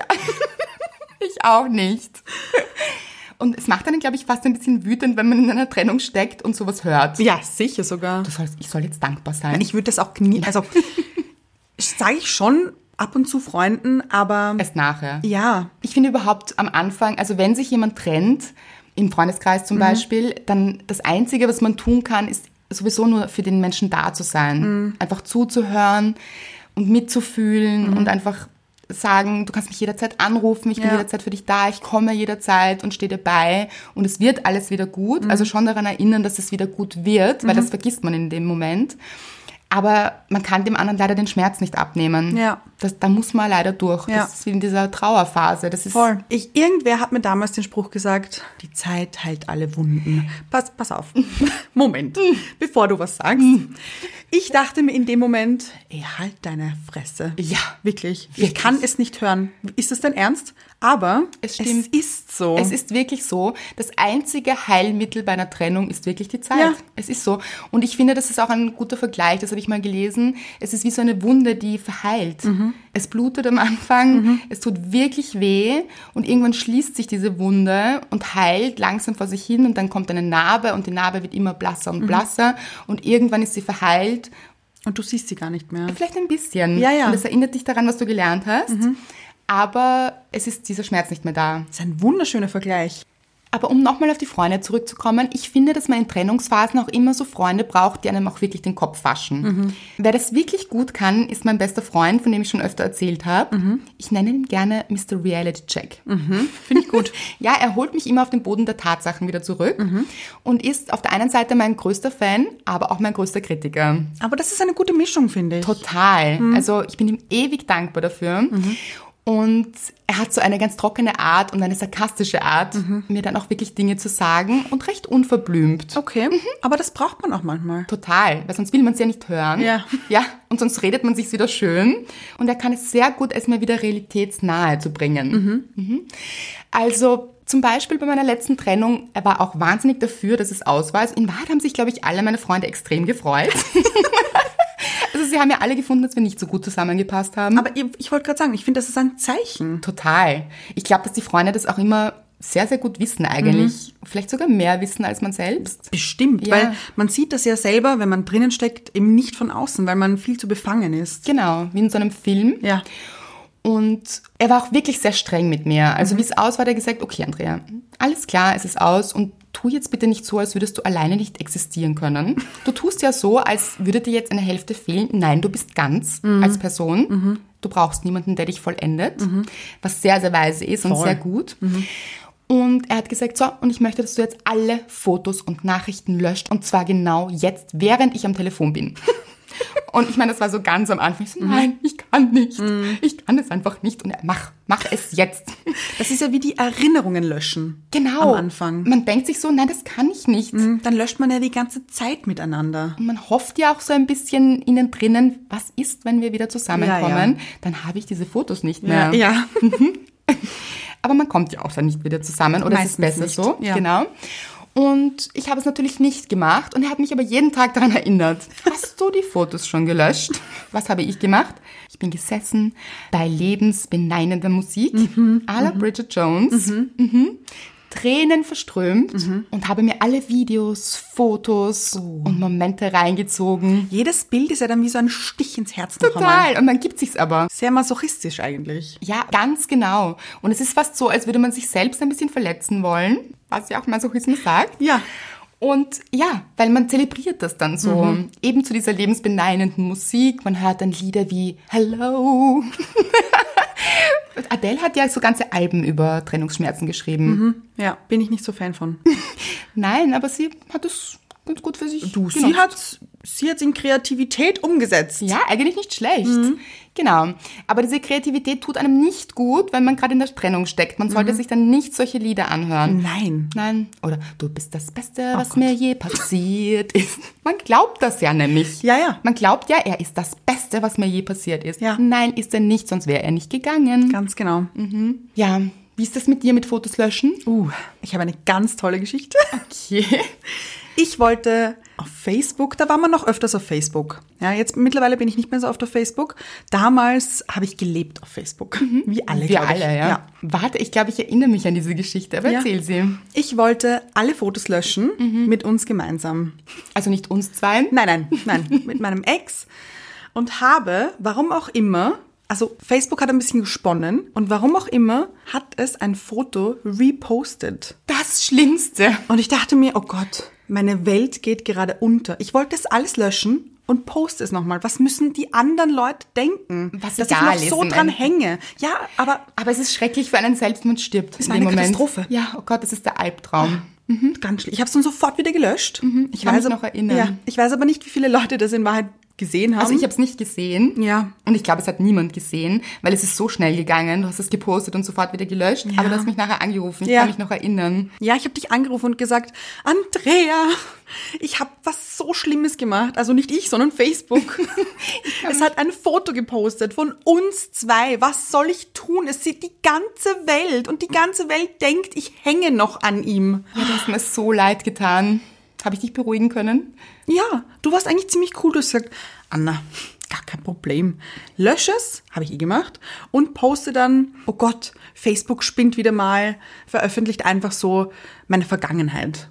Speaker 2: ich auch nicht. Und es macht einen, glaube ich, fast ein bisschen wütend, wenn man in einer Trennung steckt und sowas hört.
Speaker 1: Ja, sicher sogar.
Speaker 2: Du sollst, ich soll jetzt dankbar sein.
Speaker 1: Ich würde das auch nie, also sage ich schon ab und zu Freunden, aber
Speaker 2: erst nachher.
Speaker 1: ja,
Speaker 2: Ich finde überhaupt am Anfang, also wenn sich jemand trennt, im Freundeskreis
Speaker 1: Mhm.
Speaker 2: zum Beispiel, dann das Einzige, was man tun kann, ist sowieso nur für den Menschen da zu sein.
Speaker 1: Mhm.
Speaker 2: Einfach zuzuhören und mitzufühlen und einfach sagen, du kannst mich jederzeit anrufen, ich bin
Speaker 1: Mhm. Ja.
Speaker 2: jederzeit für dich da, ich komme jederzeit und stehe dir bei und es wird alles wieder gut. Also
Speaker 1: Mhm.
Speaker 2: schon daran erinnern, dass es wieder gut wird, weil das vergisst man in dem Moment. Aber man kann dem anderen leider den Schmerz nicht abnehmen.
Speaker 1: Ja.
Speaker 2: Das, da muss man leider durch.
Speaker 1: Ja.
Speaker 2: Das ist wie in dieser Trauerphase. Das ist
Speaker 1: Voll. Ich, irgendwer hat mir damals den Spruch gesagt, die Zeit heilt alle Wunden. Pass, pass auf. Moment, bevor du was sagst. Ich dachte mir in dem Moment, ey, halt deine Fresse.
Speaker 2: Ja.
Speaker 1: Wirklich. Ich
Speaker 2: Wirklich.
Speaker 1: kann es nicht hören. Ist das dein Ernst? Aber
Speaker 2: Es
Speaker 1: es
Speaker 2: stimmt.
Speaker 1: ist so.
Speaker 2: Es ist wirklich so, das einzige Heilmittel bei einer Trennung ist wirklich die Zeit.
Speaker 1: Ja.
Speaker 2: Es ist so. Und ich finde, das ist auch ein guter Vergleich, das habe ich mal gelesen. Es ist wie so eine Wunde, die verheilt.
Speaker 1: Mhm.
Speaker 2: Es blutet am Anfang, es tut wirklich weh und irgendwann schließt sich diese Wunde und heilt langsam vor sich hin und dann kommt eine Narbe und die Narbe wird immer blasser
Speaker 1: Mhm.
Speaker 2: und blasser und irgendwann ist sie verheilt
Speaker 1: Und du siehst sie gar nicht mehr.
Speaker 2: Vielleicht ein bisschen.
Speaker 1: Ja, Mhm. ja.
Speaker 2: Und es erinnert dich daran, was du gelernt hast. Aber es ist dieser Schmerz nicht mehr da.
Speaker 1: Das ist ein wunderschöner Vergleich.
Speaker 2: Aber um nochmal auf die Freunde zurückzukommen, ich finde, dass man in Trennungsphasen auch immer so Freunde braucht, die einem auch wirklich den Kopf waschen. Wer das wirklich gut kann, ist mein bester Freund, von dem ich schon öfter erzählt habe. Ich nenne ihn gerne Mr. Reality Check. Mhm. Finde ich gut. Mhm. ja, er holt mich immer auf den Boden der Tatsachen wieder zurück und ist auf der einen Seite mein größter Fan, aber auch mein größter Kritiker.
Speaker 1: Aber das ist eine gute Mischung, finde ich.
Speaker 2: Total. Also ich bin ihm ewig dankbar dafür. Und er hat so eine ganz trockene Art und eine sarkastische Art, mir dann auch wirklich Dinge zu sagen und recht unverblümt.
Speaker 1: Okay, aber das braucht man auch manchmal.
Speaker 2: Total, weil sonst will man es ja nicht hören.
Speaker 1: Ja.
Speaker 2: Ja, und sonst redet man sich wieder schön. Und er kann es sehr gut, es mir wieder realitätsnahe zu bringen. Mhm. Also zum Beispiel bei meiner letzten Trennung, er war auch wahnsinnig dafür, dass es aus war. Also in Wahrheit haben sich, glaube ich, alle meine Freunde extrem gefreut. also sie haben ja alle gefunden, dass wir nicht so gut zusammengepasst haben.
Speaker 1: Aber ich, ich wollte gerade sagen, ich finde, das ist ein Zeichen.
Speaker 2: Total. Ich glaube, dass die Freunde das auch immer sehr, sehr gut wissen eigentlich.
Speaker 1: Mhm.
Speaker 2: Vielleicht sogar mehr wissen als man selbst.
Speaker 1: Bestimmt,
Speaker 2: Ja.
Speaker 1: weil man sieht das ja selber, wenn man drinnen steckt, eben nicht von außen, weil man viel zu befangen ist.
Speaker 2: Genau, wie in so einem Film.
Speaker 1: Ja.
Speaker 2: Und er war auch wirklich sehr streng mit mir. Also wie es aus war, hat er gesagt, okay Andrea, alles klar, es ist aus und tu jetzt bitte nicht so, als würdest du alleine nicht existieren können. Du tust ja so, als würde dir jetzt eine Hälfte fehlen. Nein, du bist ganz als Person. Du brauchst niemanden, der dich vollendet, was sehr, sehr weise ist und
Speaker 1: Voll.
Speaker 2: sehr gut. Und er hat gesagt, so, und ich möchte, dass du jetzt alle Fotos und Nachrichten löscht. Und zwar genau jetzt, während ich am Telefon bin. Und ich meine, das war so ganz am Anfang. Ich
Speaker 1: Mhm.
Speaker 2: so, nein, ich kann nicht. Ich kann es einfach nicht. Und er, mach, mach es jetzt.
Speaker 1: Das ist ja wie die Erinnerungen löschen.
Speaker 2: Genau.
Speaker 1: Am Anfang.
Speaker 2: Man denkt sich so, nein, das kann ich nicht.
Speaker 1: Mhm, Dann löscht man ja die ganze Zeit miteinander.
Speaker 2: Und man hofft ja auch so ein bisschen innen drinnen, was ist, wenn wir wieder zusammenkommen?
Speaker 1: Ja, ja.
Speaker 2: Dann habe ich diese Fotos nicht mehr.
Speaker 1: ja.
Speaker 2: Aber man kommt ja auch dann nicht wieder zusammen oder
Speaker 1: Meistens
Speaker 2: es ist besser
Speaker 1: nicht,
Speaker 2: so.
Speaker 1: ja.
Speaker 2: Genau. Und ich habe es natürlich nicht gemacht und er hat mich aber jeden Tag daran erinnert. Hast du die Fotos schon gelöscht? Was habe ich gemacht? Ich bin gesessen bei lebensbeneinender Musik
Speaker 1: Mhm,
Speaker 2: à la Bridget Jones. Mhm. Tränen verströmt
Speaker 1: Mhm.
Speaker 2: und habe mir alle Videos, Fotos
Speaker 1: Oh.
Speaker 2: und Momente reingezogen.
Speaker 1: Jedes Bild ist ja dann wie so ein Stich ins Herz. noch einmal.
Speaker 2: Total. Und man gibt sich's aber.
Speaker 1: Sehr masochistisch eigentlich.
Speaker 2: Ja, ganz genau. Und es ist fast so, als würde man sich selbst ein bisschen verletzen wollen, was ja auch Masochismus sagt.
Speaker 1: Ja.
Speaker 2: Und ja, weil man zelebriert das dann so.
Speaker 1: Mhm.
Speaker 2: Eben zu dieser lebensbeneinenden Musik. Man hört dann Lieder wie Hello. Und Adele hat ja so ganze Alben über Trennungsschmerzen geschrieben.
Speaker 1: Ja, bin ich nicht so Fan von.
Speaker 2: Nein, aber sie hat es ganz gut für sich.
Speaker 1: Du, sie
Speaker 2: genutzt.
Speaker 1: hat sie hat's in Kreativität umgesetzt.
Speaker 2: Genau. Ja, eigentlich nicht schlecht.
Speaker 1: Mhm.
Speaker 2: Genau. Aber diese Kreativität tut einem nicht gut, wenn man gerade in der Trennung steckt. Man
Speaker 1: Mhm.
Speaker 2: sollte sich dann nicht solche Lieder anhören.
Speaker 1: Nein.
Speaker 2: Nein. Oder du bist das Beste, was mir je passiert ist. Man glaubt das ja nämlich.
Speaker 1: Ja, ja.
Speaker 2: Man glaubt ja, er ist das Beste, was mir je passiert ist.
Speaker 1: Ja.
Speaker 2: Nein, ist er nicht, sonst wäre er nicht gegangen.
Speaker 1: Ganz genau.
Speaker 2: Mhm. Ja. Wie ist das mit dir mit Fotos löschen?
Speaker 1: Uh, ich habe eine ganz tolle Geschichte.
Speaker 2: Okay.
Speaker 1: Ich wollte auf Facebook, da war man noch öfters auf Facebook. Ja, jetzt mittlerweile bin ich nicht mehr so oft auf Facebook. Damals habe ich gelebt auf Facebook. Wie alle,
Speaker 2: Wir
Speaker 1: glaub ich.
Speaker 2: Mhm. alle, ja. Warte, ich glaube, ich erinnere mich an diese Geschichte, aber
Speaker 1: Ja.
Speaker 2: erzähl sie.
Speaker 1: Ich wollte alle Fotos löschen
Speaker 2: Mhm.
Speaker 1: mit uns gemeinsam.
Speaker 2: Also nicht uns zwei.
Speaker 1: Nein, nein, nein, mit meinem Ex und habe, warum auch immer, also Facebook hat ein bisschen gesponnen und warum auch immer hat es ein Foto repostet.
Speaker 2: Das Schlimmste.
Speaker 1: Und ich dachte mir, oh Gott, meine Welt geht gerade unter. Ich wollte das alles löschen und poste es nochmal. Was müssen die anderen Leute denken?
Speaker 2: Was
Speaker 1: dass
Speaker 2: egal
Speaker 1: ich
Speaker 2: ist
Speaker 1: noch so
Speaker 2: im
Speaker 1: dran
Speaker 2: Endeffekt.
Speaker 1: hänge. Ja, aber
Speaker 2: Aber es ist schrecklich für einen selbst, man stirbt.
Speaker 1: Ist
Speaker 2: in
Speaker 1: eine
Speaker 2: dem Moment.
Speaker 1: Katastrophe.
Speaker 2: Ja, oh Gott, das ist der Albtraum.
Speaker 1: ganz schlimm. Ich habe es dann sofort wieder gelöscht.
Speaker 2: Mhm. ich kann mich
Speaker 1: ab-
Speaker 2: noch erinnern.
Speaker 1: Ja, ich weiß aber nicht, wie viele Leute das in Wahrheit gesehen haben.
Speaker 2: Also ich habe es nicht gesehen.
Speaker 1: Ja.
Speaker 2: Und ich glaube, es hat niemand gesehen, weil es ist so schnell gegangen. Du hast es gepostet und sofort wieder gelöscht. Aber du hast mich nachher angerufen. Ich
Speaker 1: Ja.
Speaker 2: kann mich noch erinnern.
Speaker 1: Ja, ich habe dich angerufen und gesagt, Andrea, ich habe was so Schlimmes gemacht. Also nicht ich, sondern Facebook. es hat ein Foto gepostet von uns zwei. Was soll ich tun? Es sieht die ganze Welt und die ganze Welt denkt, ich hänge noch an ihm.
Speaker 2: Ja, du hast mir so leid getan. Habe ich dich beruhigen können?
Speaker 1: Ja, du warst eigentlich ziemlich cool. Du hast gesagt, Anna, ist gar kein Problem. Lösche es, habe ich eh gemacht, und poste dann, oh Gott, Facebook spinnt wieder mal, veröffentlicht einfach so meine Vergangenheit.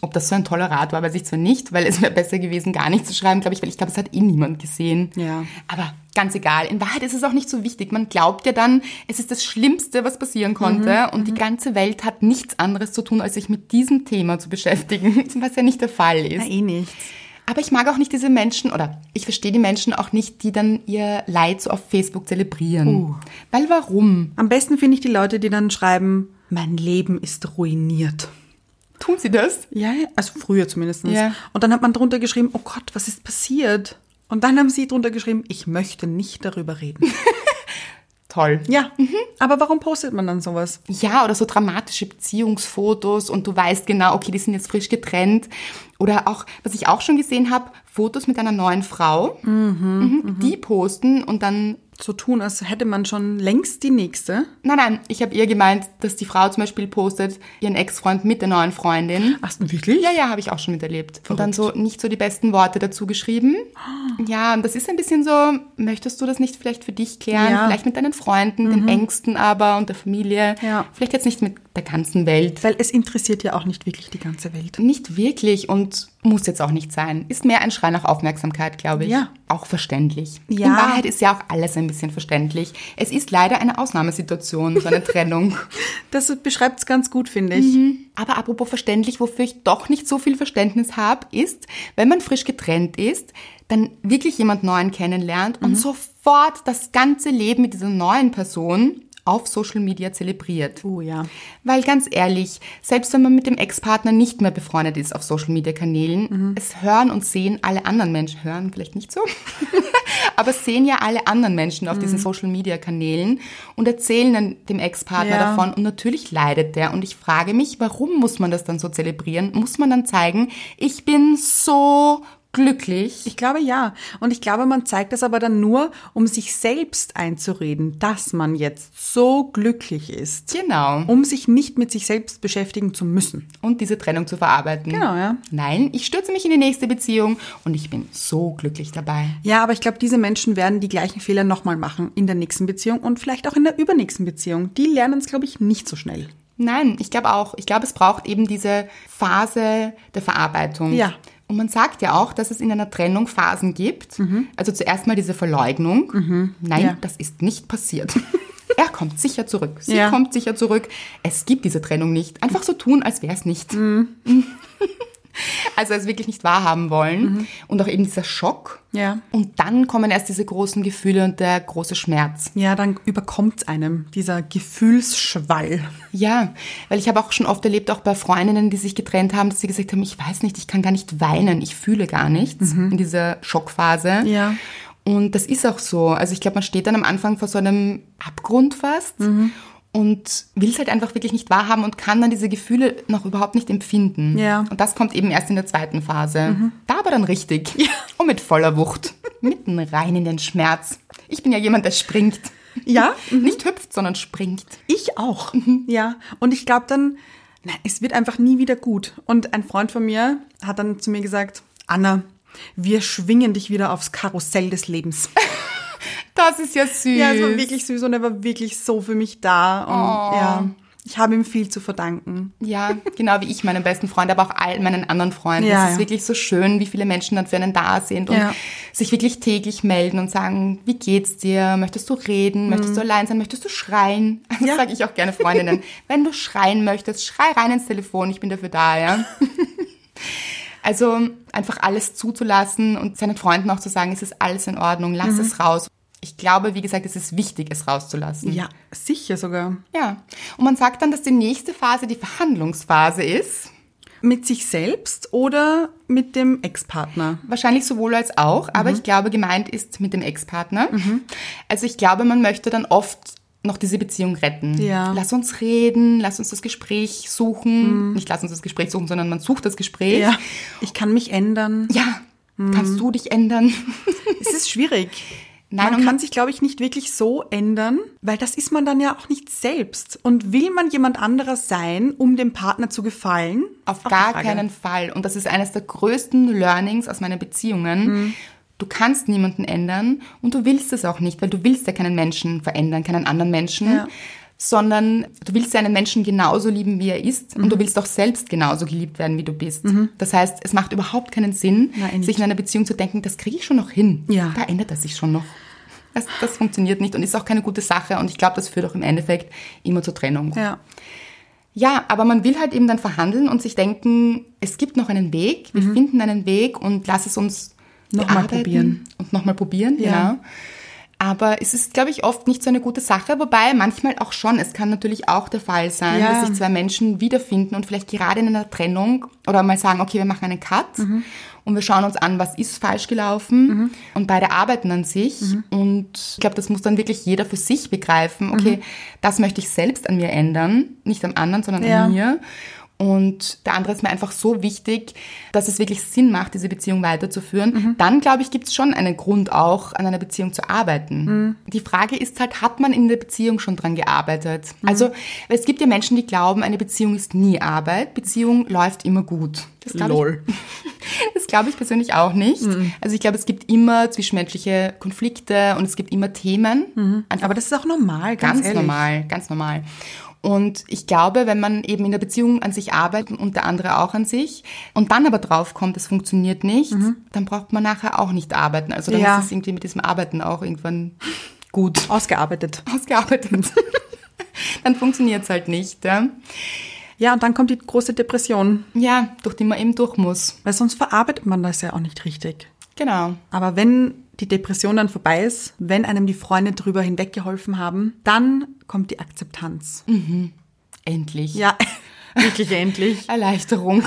Speaker 2: Ob das so ein toller Rat war, weiß ich zwar nicht, weil es wäre besser gewesen, gar nicht zu schreiben, glaube ich, weil ich glaube, es hat eh niemand gesehen.
Speaker 1: Ja.
Speaker 2: Aber ganz egal. In Wahrheit ist es auch nicht so wichtig. Man glaubt ja dann, es ist das Schlimmste, was passieren
Speaker 1: Mhm,
Speaker 2: konnte und die ganze Welt hat nichts anderes zu tun, als sich mit diesem Thema zu beschäftigen, was ja nicht der Fall ist.
Speaker 1: eh nichts.
Speaker 2: Aber ich mag auch nicht diese Menschen, oder ich verstehe die Menschen auch nicht, die dann ihr Leid so auf Facebook zelebrieren. Weil warum?
Speaker 1: Am besten finde ich die Leute, die dann schreiben, mein Leben ist ruiniert.
Speaker 2: Tun sie das?
Speaker 1: Ja, ja, also früher zumindest.
Speaker 2: Ja.
Speaker 1: Und dann hat man drunter geschrieben, oh Gott, was ist passiert? Und dann haben sie drunter geschrieben, ich möchte nicht darüber reden.
Speaker 2: Toll.
Speaker 1: ja, aber warum postet man dann sowas?
Speaker 2: Ja, oder so dramatische Beziehungsfotos und du weißt genau, okay, die sind jetzt frisch getrennt. Oder auch, was ich auch schon gesehen habe, Fotos mit einer neuen Frau, mhm, die posten und dann,
Speaker 1: So tun, als hätte man schon längst die nächste.
Speaker 2: nein, nein, ich habe ihr gemeint, dass die Frau zum Beispiel postet, ihren Ex-Freund mit der neuen Freundin.
Speaker 1: Ach, wirklich?
Speaker 2: Ja, ja, habe ich auch schon miterlebt. Und dann so nicht so die besten Worte dazu geschrieben.
Speaker 1: Ah.
Speaker 2: Ja, und das ist ein bisschen so, möchtest du das nicht vielleicht für dich klären?
Speaker 1: Ja. Mhm.
Speaker 2: Vielleicht mit deinen Freunden, den Ängsten aber und der Familie.
Speaker 1: Ja.
Speaker 2: Vielleicht jetzt nicht mit der ganzen Welt.
Speaker 1: Weil es interessiert ja auch nicht wirklich die ganze Welt.
Speaker 2: Nicht wirklich und muss jetzt auch nicht sein. Ist mehr ein Schrei nach Aufmerksamkeit, glaube ich.
Speaker 1: Ja.
Speaker 2: Auch verständlich.
Speaker 1: Ja.
Speaker 2: In Wahrheit ist ja auch alles ein bisschen verständlich. Es ist leider eine Ausnahmesituation, so eine Trennung.
Speaker 1: Das beschreibt es ganz gut, finde ich.
Speaker 2: Aber apropos verständlich, wofür ich doch nicht so viel Verständnis habe, ist, wenn man frisch getrennt ist, dann wirklich jemand Neuen kennenlernt und sofort das ganze Leben mit dieser neuen Person auf Social Media zelebriert.
Speaker 1: Oh ja.
Speaker 2: Weil ganz ehrlich, selbst wenn man mit dem Ex-Partner nicht mehr befreundet ist auf Social-Media-Kanälen,
Speaker 1: Mhm.
Speaker 2: es hören und sehen alle anderen Menschen, hören vielleicht nicht so, aber sehen ja alle anderen Menschen auf
Speaker 1: Mhm.
Speaker 2: diesen Social-Media-Kanälen und erzählen dann dem Ex-Partner
Speaker 1: Ja.
Speaker 2: davon und natürlich leidet der. Und ich frage mich, warum muss man das dann so zelebrieren? Muss man dann zeigen, ich bin so glücklich?
Speaker 1: Ich glaube ja. Und ich glaube, man zeigt das aber dann nur, um sich selbst einzureden, dass man jetzt so glücklich ist.
Speaker 2: Genau.
Speaker 1: Um sich nicht mit sich selbst beschäftigen zu müssen.
Speaker 2: und diese Trennung zu verarbeiten.
Speaker 1: Genau, ja.
Speaker 2: Nein, ich stürze mich in die nächste Beziehung und ich bin so glücklich dabei.
Speaker 1: Ja, aber ich glaube, diese Menschen werden die gleichen Fehler nochmal machen in der nächsten Beziehung und vielleicht auch in der übernächsten Beziehung. Die lernen es, glaube ich, nicht so schnell.
Speaker 2: Nein, ich glaube auch. Ich glaube, es braucht eben diese Phase der Verarbeitung.
Speaker 1: Ja.
Speaker 2: Und man sagt ja auch, dass es in einer Trennung Phasen gibt. Also zuerst mal diese Verleugnung. Nein,
Speaker 1: Mhm. Ja.
Speaker 2: das ist nicht passiert. er kommt sicher zurück. Sie
Speaker 1: Ja.
Speaker 2: kommt sicher zurück. Es gibt diese Trennung nicht. Einfach so tun, als wäre es nicht.
Speaker 1: Mhm.
Speaker 2: also es wirklich nicht wahrhaben wollen.
Speaker 1: Mhm.
Speaker 2: Und auch eben dieser Schock.
Speaker 1: Ja.
Speaker 2: Und dann kommen erst diese großen Gefühle und der große Schmerz.
Speaker 1: Ja, dann überkommt einem dieser Gefühlsschwall.
Speaker 2: Ja, weil ich habe auch schon oft erlebt, auch bei Freundinnen, die sich getrennt haben, dass sie gesagt haben, ich weiß nicht, ich kann gar nicht weinen, ich fühle gar nichts in dieser Schockphase.
Speaker 1: Mhm. Ja.
Speaker 2: Und das ist auch so. Also ich glaube, man steht dann am Anfang vor so einem Abgrund fast
Speaker 1: Mhm.
Speaker 2: und will es halt einfach wirklich nicht wahrhaben und kann dann diese Gefühle noch überhaupt nicht empfinden.
Speaker 1: Ja. Mhm.
Speaker 2: Und das kommt eben erst in der zweiten Phase. Da aber dann richtig. Und mit voller Wucht. Mitten rein in den Schmerz. Ich bin ja jemand, der springt.
Speaker 1: Ja,
Speaker 2: Nicht hüpft, sondern springt.
Speaker 1: ich auch. Mhm, Ja, und ich glaube dann, na, es wird einfach nie wieder gut. Und ein Freund von mir hat dann zu mir gesagt, Anna, wir schwingen dich wieder aufs Karussell des Lebens.
Speaker 2: Das ist ja süß.
Speaker 1: Ja, es war wirklich süß und er war wirklich so für mich da. Und ja, ich habe ihm viel zu verdanken.
Speaker 2: Ja, genau wie ich meinem besten Freund, aber auch all meinen anderen Freunden.
Speaker 1: Ja,
Speaker 2: es ist
Speaker 1: ja.
Speaker 2: wirklich so schön, wie viele Menschen dann für einen da sind und
Speaker 1: Ja.
Speaker 2: sich wirklich täglich melden und sagen, wie geht's dir? Möchtest du reden? Möchtest du allein sein? Möchtest du schreien? Das
Speaker 1: Mhm. Ja.
Speaker 2: sage ich auch gerne Freundinnen. Wenn du schreien möchtest, schrei rein ins Telefon, ich bin dafür da, ja. Also einfach alles zuzulassen und seinen Freunden auch zu sagen, es ist alles in Ordnung, lass
Speaker 1: Mhm.
Speaker 2: es raus. Ich glaube, wie gesagt, es ist wichtig, es rauszulassen.
Speaker 1: Ja, sicher sogar.
Speaker 2: Ja. Und man sagt dann, dass die nächste Phase die Verhandlungsphase ist.
Speaker 1: Mit sich selbst oder mit dem Ex-Partner?
Speaker 2: Wahrscheinlich sowohl als auch, aber
Speaker 1: Mhm.
Speaker 2: ich glaube, gemeint ist mit dem Ex-Partner. Also ich glaube, man möchte dann oft noch diese Beziehung retten.
Speaker 1: Ja.
Speaker 2: Lass uns reden, lass uns das Gespräch suchen. Nicht lass uns das Gespräch suchen, sondern man sucht das Gespräch.
Speaker 1: Mhm. Ja. Mhm. Ich kann mich ändern.
Speaker 2: Ja, Kannst du dich ändern?
Speaker 1: Es ist schwierig.
Speaker 2: Nein,
Speaker 1: man
Speaker 2: und-
Speaker 1: kann sich, glaube ich, nicht wirklich so ändern, weil das ist man dann ja auch nicht selbst. Und will man jemand anderer sein, um dem Partner zu gefallen?
Speaker 2: Auf
Speaker 1: Auch die
Speaker 2: gar
Speaker 1: Frage. Mhm.
Speaker 2: keinen Fall. Und das ist eines der größten Learnings aus meinen Beziehungen. Du kannst niemanden ändern und du willst es auch nicht, weil du willst ja keinen Menschen verändern, keinen anderen Menschen.
Speaker 1: Ja.
Speaker 2: Sondern du willst ja einen Menschen genauso lieben, wie er ist. Und
Speaker 1: Mhm.
Speaker 2: du willst auch selbst genauso geliebt werden, wie du bist. Das heißt, es macht überhaupt keinen Sinn,
Speaker 1: Nein,
Speaker 2: sich in einer Beziehung zu denken, das kriege ich schon noch hin.
Speaker 1: eh Ja.
Speaker 2: Da ändert er sich schon noch. Das, das funktioniert nicht und ist auch keine gute Sache. Und ich glaube, das führt auch im Endeffekt immer zur Trennung.
Speaker 1: Ja.
Speaker 2: Ja, aber man will halt eben dann verhandeln und sich denken, es gibt noch einen Weg,
Speaker 1: Mhm.
Speaker 2: wir finden einen Weg und lass es uns
Speaker 1: Nochmal
Speaker 2: bearbeiten
Speaker 1: probieren.
Speaker 2: Und nochmal probieren, ja.
Speaker 1: Ja.
Speaker 2: Aber es ist, glaube ich, oft nicht so eine gute Sache, wobei manchmal auch schon. Es kann natürlich auch der Fall sein,
Speaker 1: Ja.
Speaker 2: dass sich zwei Menschen wiederfinden und vielleicht gerade in einer Trennung oder mal sagen, okay, wir machen einen Cut und wir schauen uns an, was ist falsch gelaufen und beide arbeiten an sich. Und ich glaube, das muss dann wirklich jeder für sich begreifen, okay, das möchte ich selbst an mir ändern, nicht am anderen, sondern
Speaker 1: Ja.
Speaker 2: an mir. Und der andere ist mir einfach so wichtig, dass es wirklich Sinn macht, diese Beziehung weiterzuführen. Dann, glaube ich, gibt es schon einen Grund auch, an einer Beziehung zu arbeiten. Die Frage ist halt, hat man in der Beziehung schon dran gearbeitet? Also, es gibt ja Menschen, die glauben, eine Beziehung ist nie Arbeit. Beziehung läuft immer gut. Das glaub ich- das glaube ich persönlich auch nicht. Also ich glaube, es gibt immer zwischenmenschliche Konflikte und es gibt immer Themen. Einfach
Speaker 1: Aber das ist auch normal, ganz,
Speaker 2: ganz
Speaker 1: ehrlich.
Speaker 2: normal, ganz normal. Und ich glaube, wenn man eben in der Beziehung an sich arbeitet und der andere auch an sich und dann aber draufkommt, es funktioniert nicht, dann braucht man nachher auch nicht arbeiten. Also dann
Speaker 1: Ja.
Speaker 2: ist es irgendwie mit diesem Arbeiten auch irgendwann gut
Speaker 1: Ausgearbeitet.
Speaker 2: ausgearbeitet. dann funktioniert es halt nicht. Ja?
Speaker 1: Ja, und dann kommt die große Depression,
Speaker 2: ja, durch die man eben durch muss.
Speaker 1: weil sonst verarbeitet man das ja auch nicht richtig.
Speaker 2: Genau.
Speaker 1: Aber wenn die Depression dann vorbei ist, wenn einem die Freunde drüber hinweggeholfen haben, dann kommt die Akzeptanz.
Speaker 2: Mhm. Endlich.
Speaker 1: Ja, wirklich endlich.
Speaker 2: Erleichterung.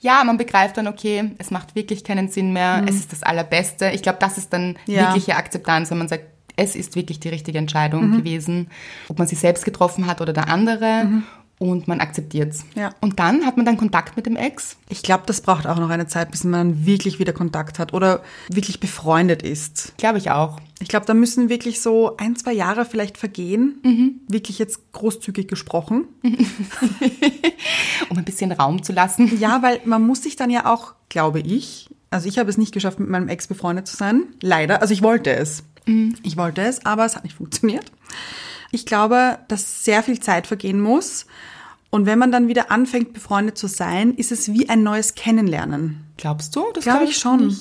Speaker 2: Ja, man begreift dann, okay, es macht wirklich keinen Sinn mehr, es ist das Allerbeste. Ich glaube, das ist dann
Speaker 1: Mhm. Ja.
Speaker 2: wirkliche Akzeptanz, wenn man sagt, es ist wirklich die richtige Entscheidung
Speaker 1: Mhm.
Speaker 2: gewesen, ob man sie selbst getroffen hat oder der andere und man akzeptiert es.
Speaker 1: Mhm. Ja.
Speaker 2: Und dann hat man dann Kontakt mit dem Ex.
Speaker 1: Ich glaube, das braucht auch noch eine Zeit, bis man wirklich wieder Kontakt hat oder wirklich befreundet ist.
Speaker 2: Glaube ich auch.
Speaker 1: Ich glaube, da müssen wirklich so ein, zwei Jahre vielleicht vergehen. Wirklich jetzt großzügig gesprochen.
Speaker 2: Um ein bisschen Raum zu lassen.
Speaker 1: Ja, weil man muss sich dann ja auch, glaube ich, also ich habe es nicht geschafft, mit meinem Ex befreundet zu sein. Leider. Also ich wollte es. Ich wollte es, aber es hat nicht funktioniert. Ich glaube, dass sehr viel Zeit vergehen muss. Und wenn man dann wieder anfängt, befreundet zu sein, ist es wie ein neues Kennenlernen.
Speaker 2: Glaubst du? Das
Speaker 1: Glaube
Speaker 2: glaub
Speaker 1: ich schon.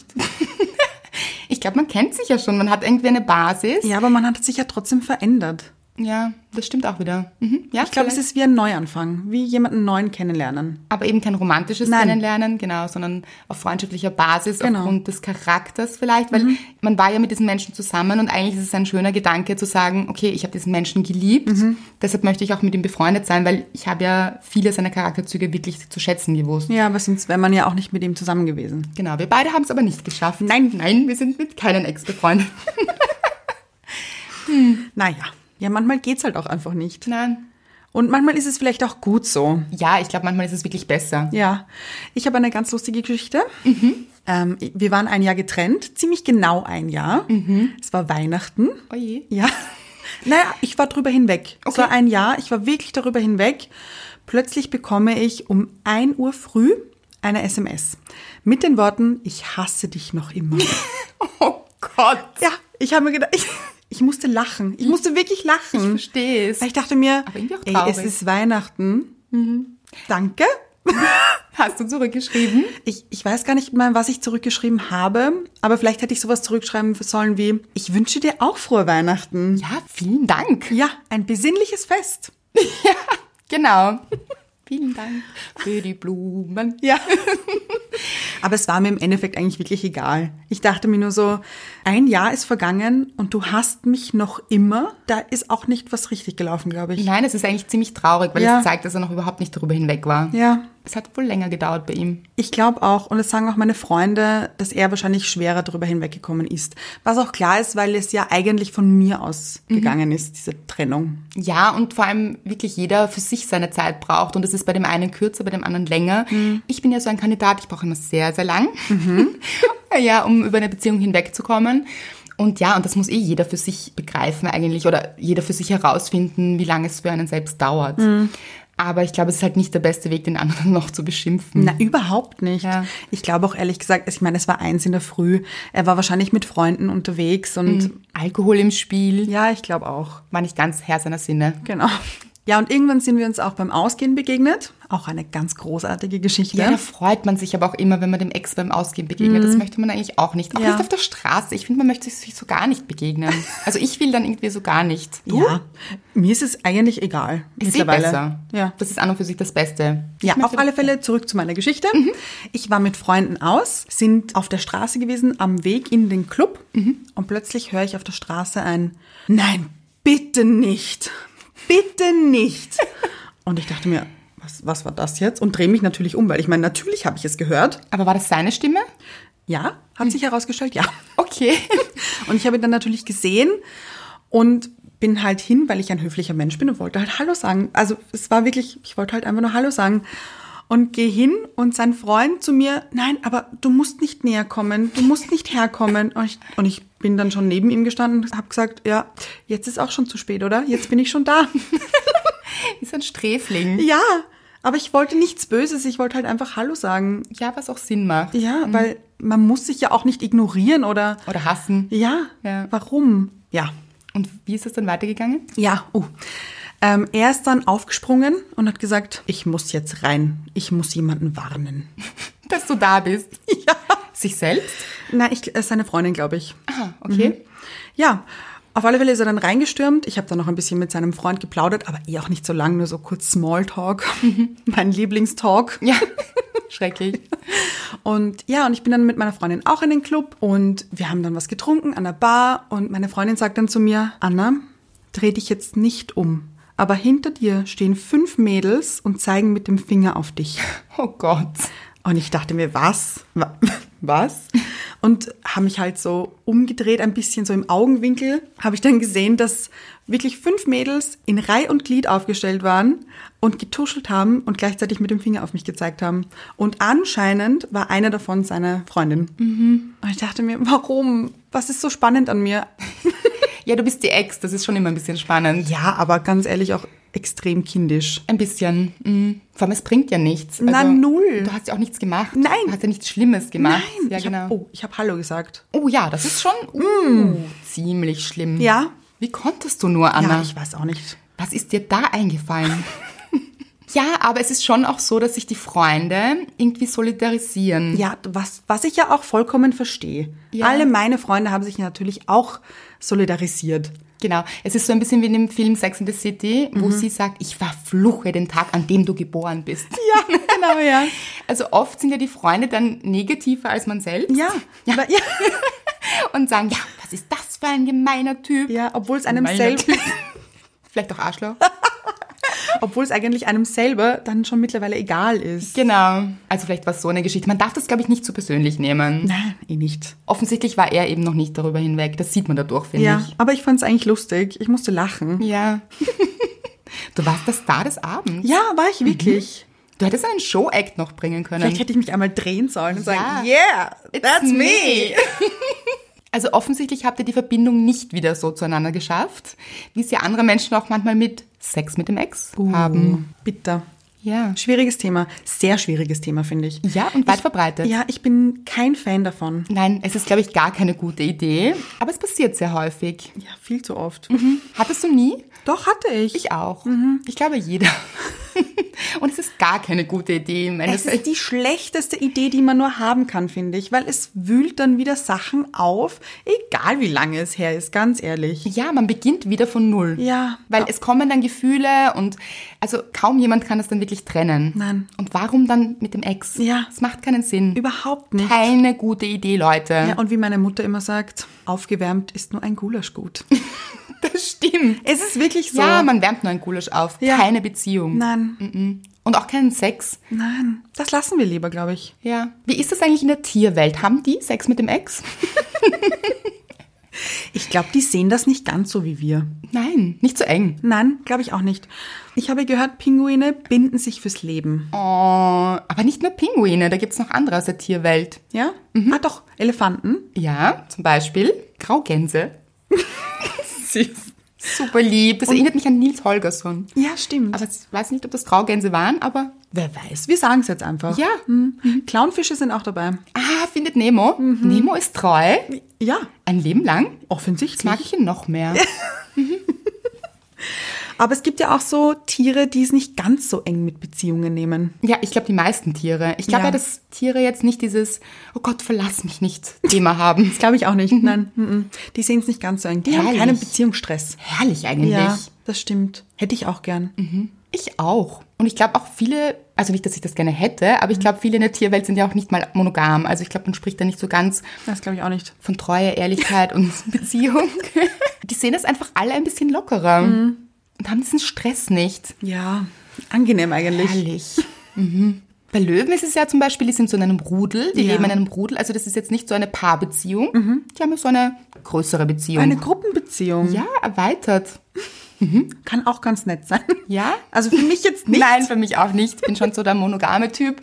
Speaker 2: Ich glaube, man kennt sich ja schon. Man hat irgendwie eine Basis.
Speaker 1: Ja, aber man hat sich ja trotzdem verändert.
Speaker 2: Ja, das stimmt auch wieder. Mhm. Ja,
Speaker 1: Ich glaube, es
Speaker 2: vielleicht.
Speaker 1: ist wie ein Neuanfang, wie jemanden neuen kennenlernen.
Speaker 2: Aber eben kein romantisches
Speaker 1: Nein.
Speaker 2: Kennenlernen, genau, sondern auf freundschaftlicher Basis,
Speaker 1: Genau.
Speaker 2: aufgrund des Charakters vielleicht, weil man war ja mit diesen Menschen zusammen und eigentlich ist es ein schöner Gedanke zu sagen, okay, ich habe diesen Menschen geliebt, deshalb möchte ich auch mit ihm befreundet sein, weil ich habe ja viele seiner Charakterzüge wirklich zu schätzen gewusst.
Speaker 1: Ja, aber sonst wäre man ja auch nicht mit ihm zusammen gewesen.
Speaker 2: Genau, wir beide haben es aber nicht geschafft.
Speaker 1: Nein.
Speaker 2: nein, wir sind mit keinen Ex befreundet.
Speaker 1: Naja. Ja, manchmal geht's halt auch einfach nicht.
Speaker 2: Nein.
Speaker 1: Und manchmal ist es vielleicht auch gut so.
Speaker 2: Ja, ich glaube, manchmal ist es wirklich besser.
Speaker 1: Ja. Ich habe eine ganz lustige Geschichte.
Speaker 2: Mhm.
Speaker 1: Ähm, wir waren ein Jahr getrennt, ziemlich genau ein Jahr. Es war Weihnachten.
Speaker 2: Mhm. Oje.
Speaker 1: Ja. Naja, ich war drüber hinweg. Es
Speaker 2: Okay.
Speaker 1: war ein Jahr, ich war wirklich darüber hinweg. Plötzlich bekomme ich um 1 Uhr früh eine SMS mit den Worten, ich hasse dich noch immer.
Speaker 2: Oh Gott.
Speaker 1: Ja, ich habe mir gedacht, ich, ich musste lachen. Ich musste wirklich lachen.
Speaker 2: Ich verstehe es.
Speaker 1: Weil ich dachte mir,
Speaker 2: Aber irgendwie auch
Speaker 1: ey,
Speaker 2: traurig. Mhm.
Speaker 1: es ist Weihnachten. Danke.
Speaker 2: Hast du zurückgeschrieben?
Speaker 1: Ich, ich weiß gar nicht mal, was ich zurückgeschrieben habe, aber vielleicht hätte ich sowas zurückschreiben sollen wie, ich wünsche dir auch frohe Weihnachten.
Speaker 2: Ja, vielen Dank.
Speaker 1: Ja, ein besinnliches Fest.
Speaker 2: Genau. Vielen Dank für die Blumen.
Speaker 1: Ja. aber es war mir im Endeffekt eigentlich wirklich egal. Ich dachte mir nur so, ein Jahr ist vergangen und du hast mich noch immer. Da ist auch nicht was richtig gelaufen, glaube ich.
Speaker 2: Nein, es ist eigentlich ziemlich traurig, weil
Speaker 1: Ja.
Speaker 2: es zeigt, dass er noch überhaupt nicht darüber hinweg war.
Speaker 1: Ja,
Speaker 2: Es hat wohl länger gedauert bei ihm.
Speaker 1: Ich glaube auch, und das sagen auch meine Freunde, dass er wahrscheinlich schwerer darüber hinweggekommen ist. Was auch klar ist, weil es ja eigentlich von mir aus gegangen ist, diese Trennung.
Speaker 2: Ja, und vor allem wirklich jeder für sich seine Zeit braucht. Und es ist bei dem einen kürzer, bei dem anderen länger.
Speaker 1: Mhm.
Speaker 2: Ich bin ja so ein Kandidat, ich brauche immer sehr, sehr lang, ja, um über eine Beziehung hinwegzukommen. Und ja, und das muss eh jeder
Speaker 1: Mhm.
Speaker 2: für sich begreifen eigentlich oder jeder für sich herausfinden, wie lange es für einen selbst dauert. Aber ich glaube, es ist halt nicht der beste Weg, den anderen noch zu beschimpfen.
Speaker 1: Na, überhaupt nicht.
Speaker 2: Ja.
Speaker 1: Ich glaube auch ehrlich gesagt, also ich meine, es war eins in der Früh. Er war wahrscheinlich mit Freunden unterwegs und
Speaker 2: Mhm. Alkohol im Spiel
Speaker 1: ja, ich glaube auch.
Speaker 2: war nicht ganz Herr seiner Sinne.
Speaker 1: Genau. Ja, und irgendwann sind wir uns auch beim Ausgehen begegnet. Auch eine ganz großartige Geschichte.
Speaker 2: Ja, da freut man sich aber auch immer, wenn man dem Ex beim Ausgehen begegnet. Das möchte man eigentlich auch nicht. Auch
Speaker 1: Mhm. Ja.
Speaker 2: nicht auf der Straße. Ich finde, man möchte sich so gar nicht begegnen. Also ich will dann irgendwie so gar nicht.
Speaker 1: Ja. mir ist es eigentlich egal.
Speaker 2: Ist eh
Speaker 1: mittlerweile.
Speaker 2: besser.
Speaker 1: Ja.
Speaker 2: Das ist an und für sich das Beste.
Speaker 1: Ja,
Speaker 2: Ich möchte- Mhm.
Speaker 1: auf alle Fälle zurück zu meiner Geschichte. Ich war mit Freunden aus, sind auf der Straße gewesen, am Weg in den Club
Speaker 2: Mhm.
Speaker 1: und plötzlich höre ich auf der Straße ein Nein, bitte nicht. Bitte nicht. und ich dachte mir, was, was war das jetzt? Und drehe mich natürlich um, weil ich meine, natürlich habe ich es gehört.
Speaker 2: Aber war das seine Stimme?
Speaker 1: Ja,
Speaker 2: Hm.
Speaker 1: hat sich herausgestellt, ja.
Speaker 2: Okay.
Speaker 1: Und ich habe ihn dann natürlich gesehen und bin halt hin, weil ich ein höflicher Mensch bin und wollte halt Hallo sagen. Also es war wirklich, ich wollte halt einfach nur Hallo sagen. Und gehe hin und sein Freund zu mir, nein, aber du musst nicht näher kommen, du musst nicht herkommen. Und ich, und ich bin dann schon neben ihm gestanden und habe gesagt, ja, jetzt ist auch schon zu spät, oder? Jetzt bin ich schon da.
Speaker 2: Ist ein Sträfling.
Speaker 1: ja, aber ich wollte nichts Böses, ich wollte halt einfach Hallo sagen.
Speaker 2: Ja, was auch Sinn macht.
Speaker 1: Ja, weil man muss sich ja auch nicht ignorieren oder,
Speaker 2: Oder hassen.
Speaker 1: ja,
Speaker 2: Ja.
Speaker 1: warum? Ja,
Speaker 2: Und wie ist es dann weitergegangen?
Speaker 1: Ja, oh. Ähm, er ist dann aufgesprungen und hat gesagt, ich muss jetzt rein, ich muss jemanden warnen.
Speaker 2: Dass du da bist. Ja. Sich selbst?
Speaker 1: Na, ich, äh, seine Freundin, glaube ich.
Speaker 2: Aha, okay.
Speaker 1: Ja, auf alle Fälle ist er dann reingestürmt. Ich habe dann noch ein bisschen mit seinem Freund geplaudert, aber eh auch nicht so lang, nur so kurz Smalltalk, mein Lieblingstalk.
Speaker 2: Ja.
Speaker 1: Mhm.
Speaker 2: Schrecklich.
Speaker 1: Und ja, und ich bin dann mit meiner Freundin auch in den Club und wir haben dann was getrunken an der Bar und meine Freundin sagt dann zu mir, Anna, dreh dich jetzt nicht um. Aber hinter dir stehen fünf Mädels und zeigen mit dem Finger auf dich.
Speaker 2: Oh Gott.
Speaker 1: Und ich dachte mir, was? Wa- Was? Und habe mich halt so umgedreht, ein bisschen so im Augenwinkel, habe ich dann gesehen, dass wirklich fünf Mädels in Reih und Glied aufgestellt waren und getuschelt haben und gleichzeitig mit dem Finger auf mich gezeigt haben. Und anscheinend war eine davon seine Freundin.
Speaker 2: Mhm.
Speaker 1: Und ich dachte mir, warum? Was ist so spannend an mir?
Speaker 2: Ja, du bist die Ex. Das ist schon immer ein bisschen spannend.
Speaker 1: Ja, aber ganz ehrlich auch extrem kindisch.
Speaker 2: Ein bisschen. Mhm. Vor allem, es bringt ja nichts. Also,
Speaker 1: Na, null.
Speaker 2: Du hast ja auch nichts gemacht.
Speaker 1: Nein.
Speaker 2: Du hast ja nichts Schlimmes gemacht.
Speaker 1: Nein,
Speaker 2: Ja,
Speaker 1: ich
Speaker 2: genau.
Speaker 1: hab,
Speaker 2: oh.
Speaker 1: oh, ich habe Hallo gesagt.
Speaker 2: ja, das ist schon uh, ziemlich schlimm.
Speaker 1: Ja.
Speaker 2: Wie konntest du nur, Anna?
Speaker 1: Ja, ich weiß auch nicht.
Speaker 2: Was ist dir da eingefallen? ja, aber es ist schon auch so, dass sich die Freunde irgendwie solidarisieren.
Speaker 1: Ja, was, was ich ja auch vollkommen verstehe.
Speaker 2: Ja.
Speaker 1: Alle meine Freunde haben sich natürlich auch solidarisiert.
Speaker 2: Genau. Es ist so ein bisschen wie in dem Film Sex and the City,
Speaker 1: Mhm.
Speaker 2: wo sie sagt, ich verfluche den Tag, an dem du geboren bist.
Speaker 1: Ja, genau, ja.
Speaker 2: Also oft sind ja die Freunde dann negativer als man selbst
Speaker 1: Ja, ja. ja.
Speaker 2: und sagen, ja, was ist das für ein gemeiner Typ?
Speaker 1: obwohl es einem
Speaker 2: Gemeiner
Speaker 1: selber,
Speaker 2: Typ. Vielleicht auch Arschloch.
Speaker 1: obwohl es eigentlich einem selber dann schon mittlerweile egal ist.
Speaker 2: genau. Also vielleicht war es so eine Geschichte. Man darf das, glaube ich, nicht zu persönlich nehmen.
Speaker 1: Nein, eh nicht.
Speaker 2: Offensichtlich war er eben noch nicht darüber hinweg. Das sieht man dadurch, finde
Speaker 1: Ja,
Speaker 2: ich.
Speaker 1: aber ich fand es eigentlich lustig. Ich musste lachen.
Speaker 2: Ja. du warst der Star des Abends.
Speaker 1: Ja, war ich wirklich.
Speaker 2: Du hättest einen Show-Act noch bringen können.
Speaker 1: Vielleicht hätte ich mich einmal drehen sollen und sagen,
Speaker 2: Ja.
Speaker 1: yeah, that's me.
Speaker 2: me. Also offensichtlich habt ihr die Verbindung nicht wieder so zueinander geschafft, wie es ja andere Menschen auch manchmal mit Sex mit dem Ex
Speaker 1: Uh.
Speaker 2: haben.
Speaker 1: Bitter.
Speaker 2: Ja.
Speaker 1: Schwieriges Thema. Sehr schwieriges Thema, finde ich.
Speaker 2: Ja, und weit verbreitet.
Speaker 1: Ja, ich bin kein Fan davon.
Speaker 2: Nein, es ist, glaube ich, gar keine gute Idee, aber es passiert sehr häufig.
Speaker 1: Ja, viel zu oft.
Speaker 2: Hattest du nie?
Speaker 1: Doch, hatte ich.
Speaker 2: Ich auch.
Speaker 1: Mhm.
Speaker 2: Ich glaube, jeder. und es ist gar keine gute Idee im
Speaker 1: Es ist
Speaker 2: Endeffekt.
Speaker 1: die schlechteste Idee, die man nur haben kann, finde ich, weil es wühlt dann wieder Sachen auf, egal wie lange es her ist, ganz ehrlich.
Speaker 2: Ja, man beginnt wieder von Null.
Speaker 1: Ja.
Speaker 2: Weil es kommen dann Gefühle und also kaum jemand kann das dann wirklich trennen.
Speaker 1: Nein.
Speaker 2: Und warum dann mit dem Ex?
Speaker 1: Ja.
Speaker 2: Es macht keinen Sinn.
Speaker 1: Überhaupt nicht.
Speaker 2: Keine gute Idee, Leute.
Speaker 1: Ja, und wie meine Mutter immer sagt, aufgewärmt ist nur ein Gulasch gut.
Speaker 2: das stimmt.
Speaker 1: es ist wirklich so.
Speaker 2: Ja, man wärmt nur ein Gulasch auf.
Speaker 1: Ja.
Speaker 2: Keine Beziehung.
Speaker 1: Nein,
Speaker 2: Und auch keinen Sex.
Speaker 1: nein, das lassen wir lieber, glaube ich.
Speaker 2: Ja. Wie ist das eigentlich in der Tierwelt? Haben die Sex mit dem Ex?
Speaker 1: Ich glaube, die sehen das nicht ganz so wie wir.
Speaker 2: Nein, nicht so eng.
Speaker 1: Nein, glaube ich auch nicht. Ich habe gehört, Pinguine binden sich fürs Leben.
Speaker 2: Oh, aber nicht nur Pinguine, da gibt's noch andere aus der Tierwelt.
Speaker 1: Ja? Ah, doch, Elefanten.
Speaker 2: Ja, zum Beispiel Graugänse. Süß. Super lieb. Das erinnert mich an Nils Holgersson.
Speaker 1: Ja, stimmt.
Speaker 2: Aber ich weiß nicht, ob das Graugänse waren, aber
Speaker 1: Wer weiß, wir sagen es jetzt einfach.
Speaker 2: Ja.
Speaker 1: Hm. Clownfische sind auch dabei.
Speaker 2: ah, findet Nemo. Nemo ist treu.
Speaker 1: Mhm. Ja,
Speaker 2: Ein Leben lang.
Speaker 1: offensichtlich.
Speaker 2: Jetzt mag ich ihn noch mehr.
Speaker 1: Aber es gibt ja auch so Tiere, die es nicht ganz so eng mit Beziehungen nehmen.
Speaker 2: Ja, ich glaube, die meisten Tiere. Ich glaube
Speaker 1: Ja.
Speaker 2: ja. dass Tiere jetzt nicht dieses, oh Gott, verlass mich nicht, Thema haben.
Speaker 1: Das glaube ich auch nicht. Nein, mhm. die sehen es nicht ganz so eng. Die haben
Speaker 2: Herrlich.
Speaker 1: keinen Beziehungsstress.
Speaker 2: Herrlich eigentlich.
Speaker 1: Ja, das stimmt. Hätte ich auch gern.
Speaker 2: Ich auch. Und ich glaube auch viele, also nicht, dass ich das gerne hätte,
Speaker 1: Mhm.
Speaker 2: aber ich glaube, viele in der Tierwelt sind ja auch nicht mal monogam. Also ich glaube, man spricht da nicht so ganz
Speaker 1: Das glaube ich auch nicht.
Speaker 2: von Treue, Ehrlichkeit und Beziehung. Die sehen das einfach alle ein bisschen lockerer und haben diesen Stress nicht.
Speaker 1: Ja, angenehm eigentlich.
Speaker 2: Herrlich. mhm. Bei Löwen ist es ja zum Beispiel, die sind so in einem Rudel, die
Speaker 1: Ja.
Speaker 2: leben in einem Rudel. Also das ist jetzt nicht so eine Paarbeziehung, die haben ja so eine größere Beziehung.
Speaker 1: Eine Gruppenbeziehung
Speaker 2: ja, erweitert.
Speaker 1: kann auch ganz nett sein.
Speaker 2: Ja?
Speaker 1: Also für mich jetzt nicht.
Speaker 2: Nein, für mich auch nicht. Ich bin schon so der monogame Typ.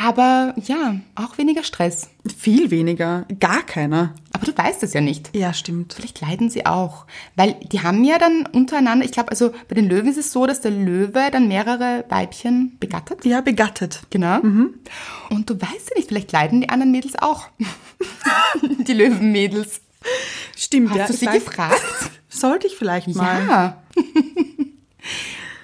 Speaker 2: Aber ja, auch weniger Stress.
Speaker 1: Viel weniger. Gar keiner.
Speaker 2: Aber du weißt es ja nicht.
Speaker 1: Ja, stimmt.
Speaker 2: Vielleicht leiden sie auch, weil die haben ja dann untereinander, ich glaube, also bei den Löwen ist es so, dass der Löwe dann mehrere Weibchen begattet.
Speaker 1: Ja, begattet.
Speaker 2: Genau.
Speaker 1: Mhm.
Speaker 2: Und du weißt ja nicht, vielleicht leiden die anderen Mädels auch. die Löwenmädels.
Speaker 1: Stimmt,
Speaker 2: Hast
Speaker 1: ja.
Speaker 2: du
Speaker 1: ich
Speaker 2: sie
Speaker 1: weiß-
Speaker 2: gefragt?
Speaker 1: Sollte ich vielleicht mal.
Speaker 2: Ja.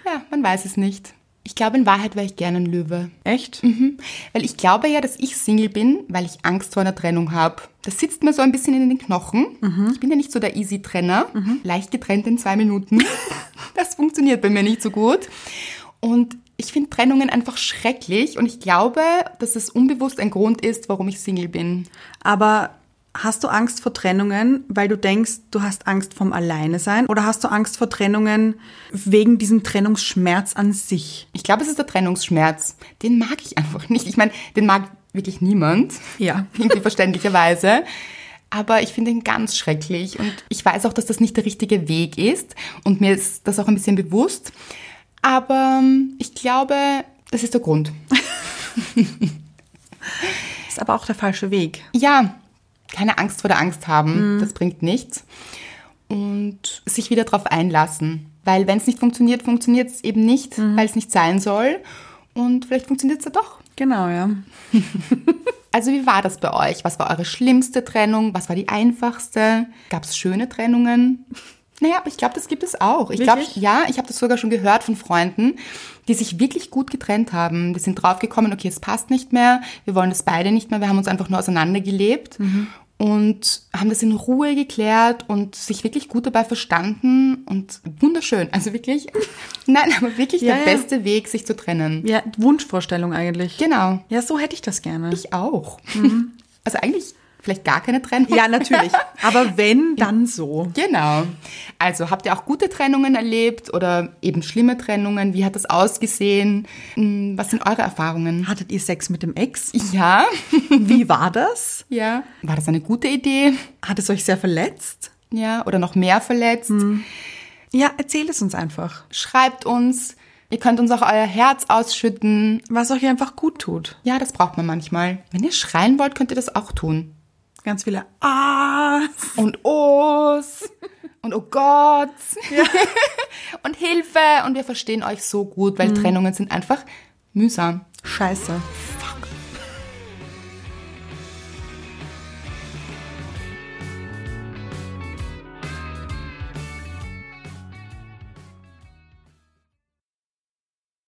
Speaker 2: ja, man weiß es nicht. Ich glaube, in Wahrheit wäre ich gerne ein Löwe.
Speaker 1: Echt?
Speaker 2: Mhm. Weil ich glaube ja, dass ich Single bin, weil ich Angst vor einer Trennung habe. Das sitzt mir so ein bisschen in den Knochen. Ich bin ja nicht so der Easy-Trenner. Leicht getrennt in zwei Minuten. das funktioniert bei mir nicht so gut. Und ich finde Trennungen einfach schrecklich und ich glaube, dass es unbewusst ein Grund ist, warum ich Single bin.
Speaker 1: Aber hast du Angst vor Trennungen, weil du denkst, du hast Angst vom Alleine sein? Oder hast du Angst vor Trennungen wegen diesem Trennungsschmerz an sich?
Speaker 2: Ich glaube, es ist der Trennungsschmerz. Den mag ich einfach nicht. Ich meine, den mag wirklich niemand.
Speaker 1: Ja.
Speaker 2: Irgendwie verständlicherweise. Aber ich finde ihn ganz schrecklich. Und ich weiß auch, dass das nicht der richtige Weg ist. Und mir ist das auch ein bisschen bewusst. Aber ähm, ich glaube, das ist der Grund.
Speaker 1: Ist aber auch der falsche Weg.
Speaker 2: Ja, keine Angst vor der Angst haben. Das bringt nichts. Und sich wieder drauf einlassen. Weil wenn es nicht funktioniert, funktioniert es eben nicht, weil es nicht sein soll. Und vielleicht funktioniert es ja doch.
Speaker 1: Genau, ja.
Speaker 2: Also wie war das bei euch? Was war eure schlimmste Trennung? Was war die einfachste? Gab es schöne Trennungen? Naja, aber ich glaube, das gibt es auch. Ich glaube,
Speaker 1: Wirklich?
Speaker 2: ja, ich habe das sogar schon gehört von Freunden, die sich wirklich gut getrennt haben. Die sind draufgekommen, okay, es passt nicht mehr, wir wollen das beide nicht mehr, wir haben uns einfach nur auseinandergelebt
Speaker 1: Mhm.
Speaker 2: und haben das in Ruhe geklärt und sich wirklich gut dabei verstanden und wunderschön. Also wirklich, nein, aber wirklich
Speaker 1: Ja,
Speaker 2: der
Speaker 1: ja.
Speaker 2: beste Weg, sich zu trennen.
Speaker 1: Ja, Wunschvorstellung eigentlich.
Speaker 2: Genau.
Speaker 1: Ja, so hätte ich das gerne.
Speaker 2: Ich auch. Also eigentlich vielleicht gar keine Trennung.
Speaker 1: Mhm. ja, natürlich. Aber wenn, dann so.
Speaker 2: Genau. Also habt ihr auch gute Trennungen erlebt oder eben schlimme Trennungen? Wie hat das ausgesehen? Hm, Was sind eure Erfahrungen?
Speaker 1: Hattet ihr Sex mit dem Ex?
Speaker 2: Ja,
Speaker 1: Wie war das?
Speaker 2: ja. War das eine gute Idee?
Speaker 1: Hat es euch sehr verletzt?
Speaker 2: Ja, oder noch mehr verletzt?
Speaker 1: Mhm. Ja, erzähl es uns einfach.
Speaker 2: Schreibt uns. Ihr könnt uns auch euer Herz ausschütten.
Speaker 1: Was euch einfach gut tut.
Speaker 2: Ja, das braucht man manchmal. Wenn ihr schreien wollt, könnt ihr das auch tun.
Speaker 1: Ganz viele Ah.
Speaker 2: Und Ohs und oh Gott und Hilfe und wir verstehen euch so gut, weil Trennungen sind einfach mühsam.
Speaker 1: Scheiße.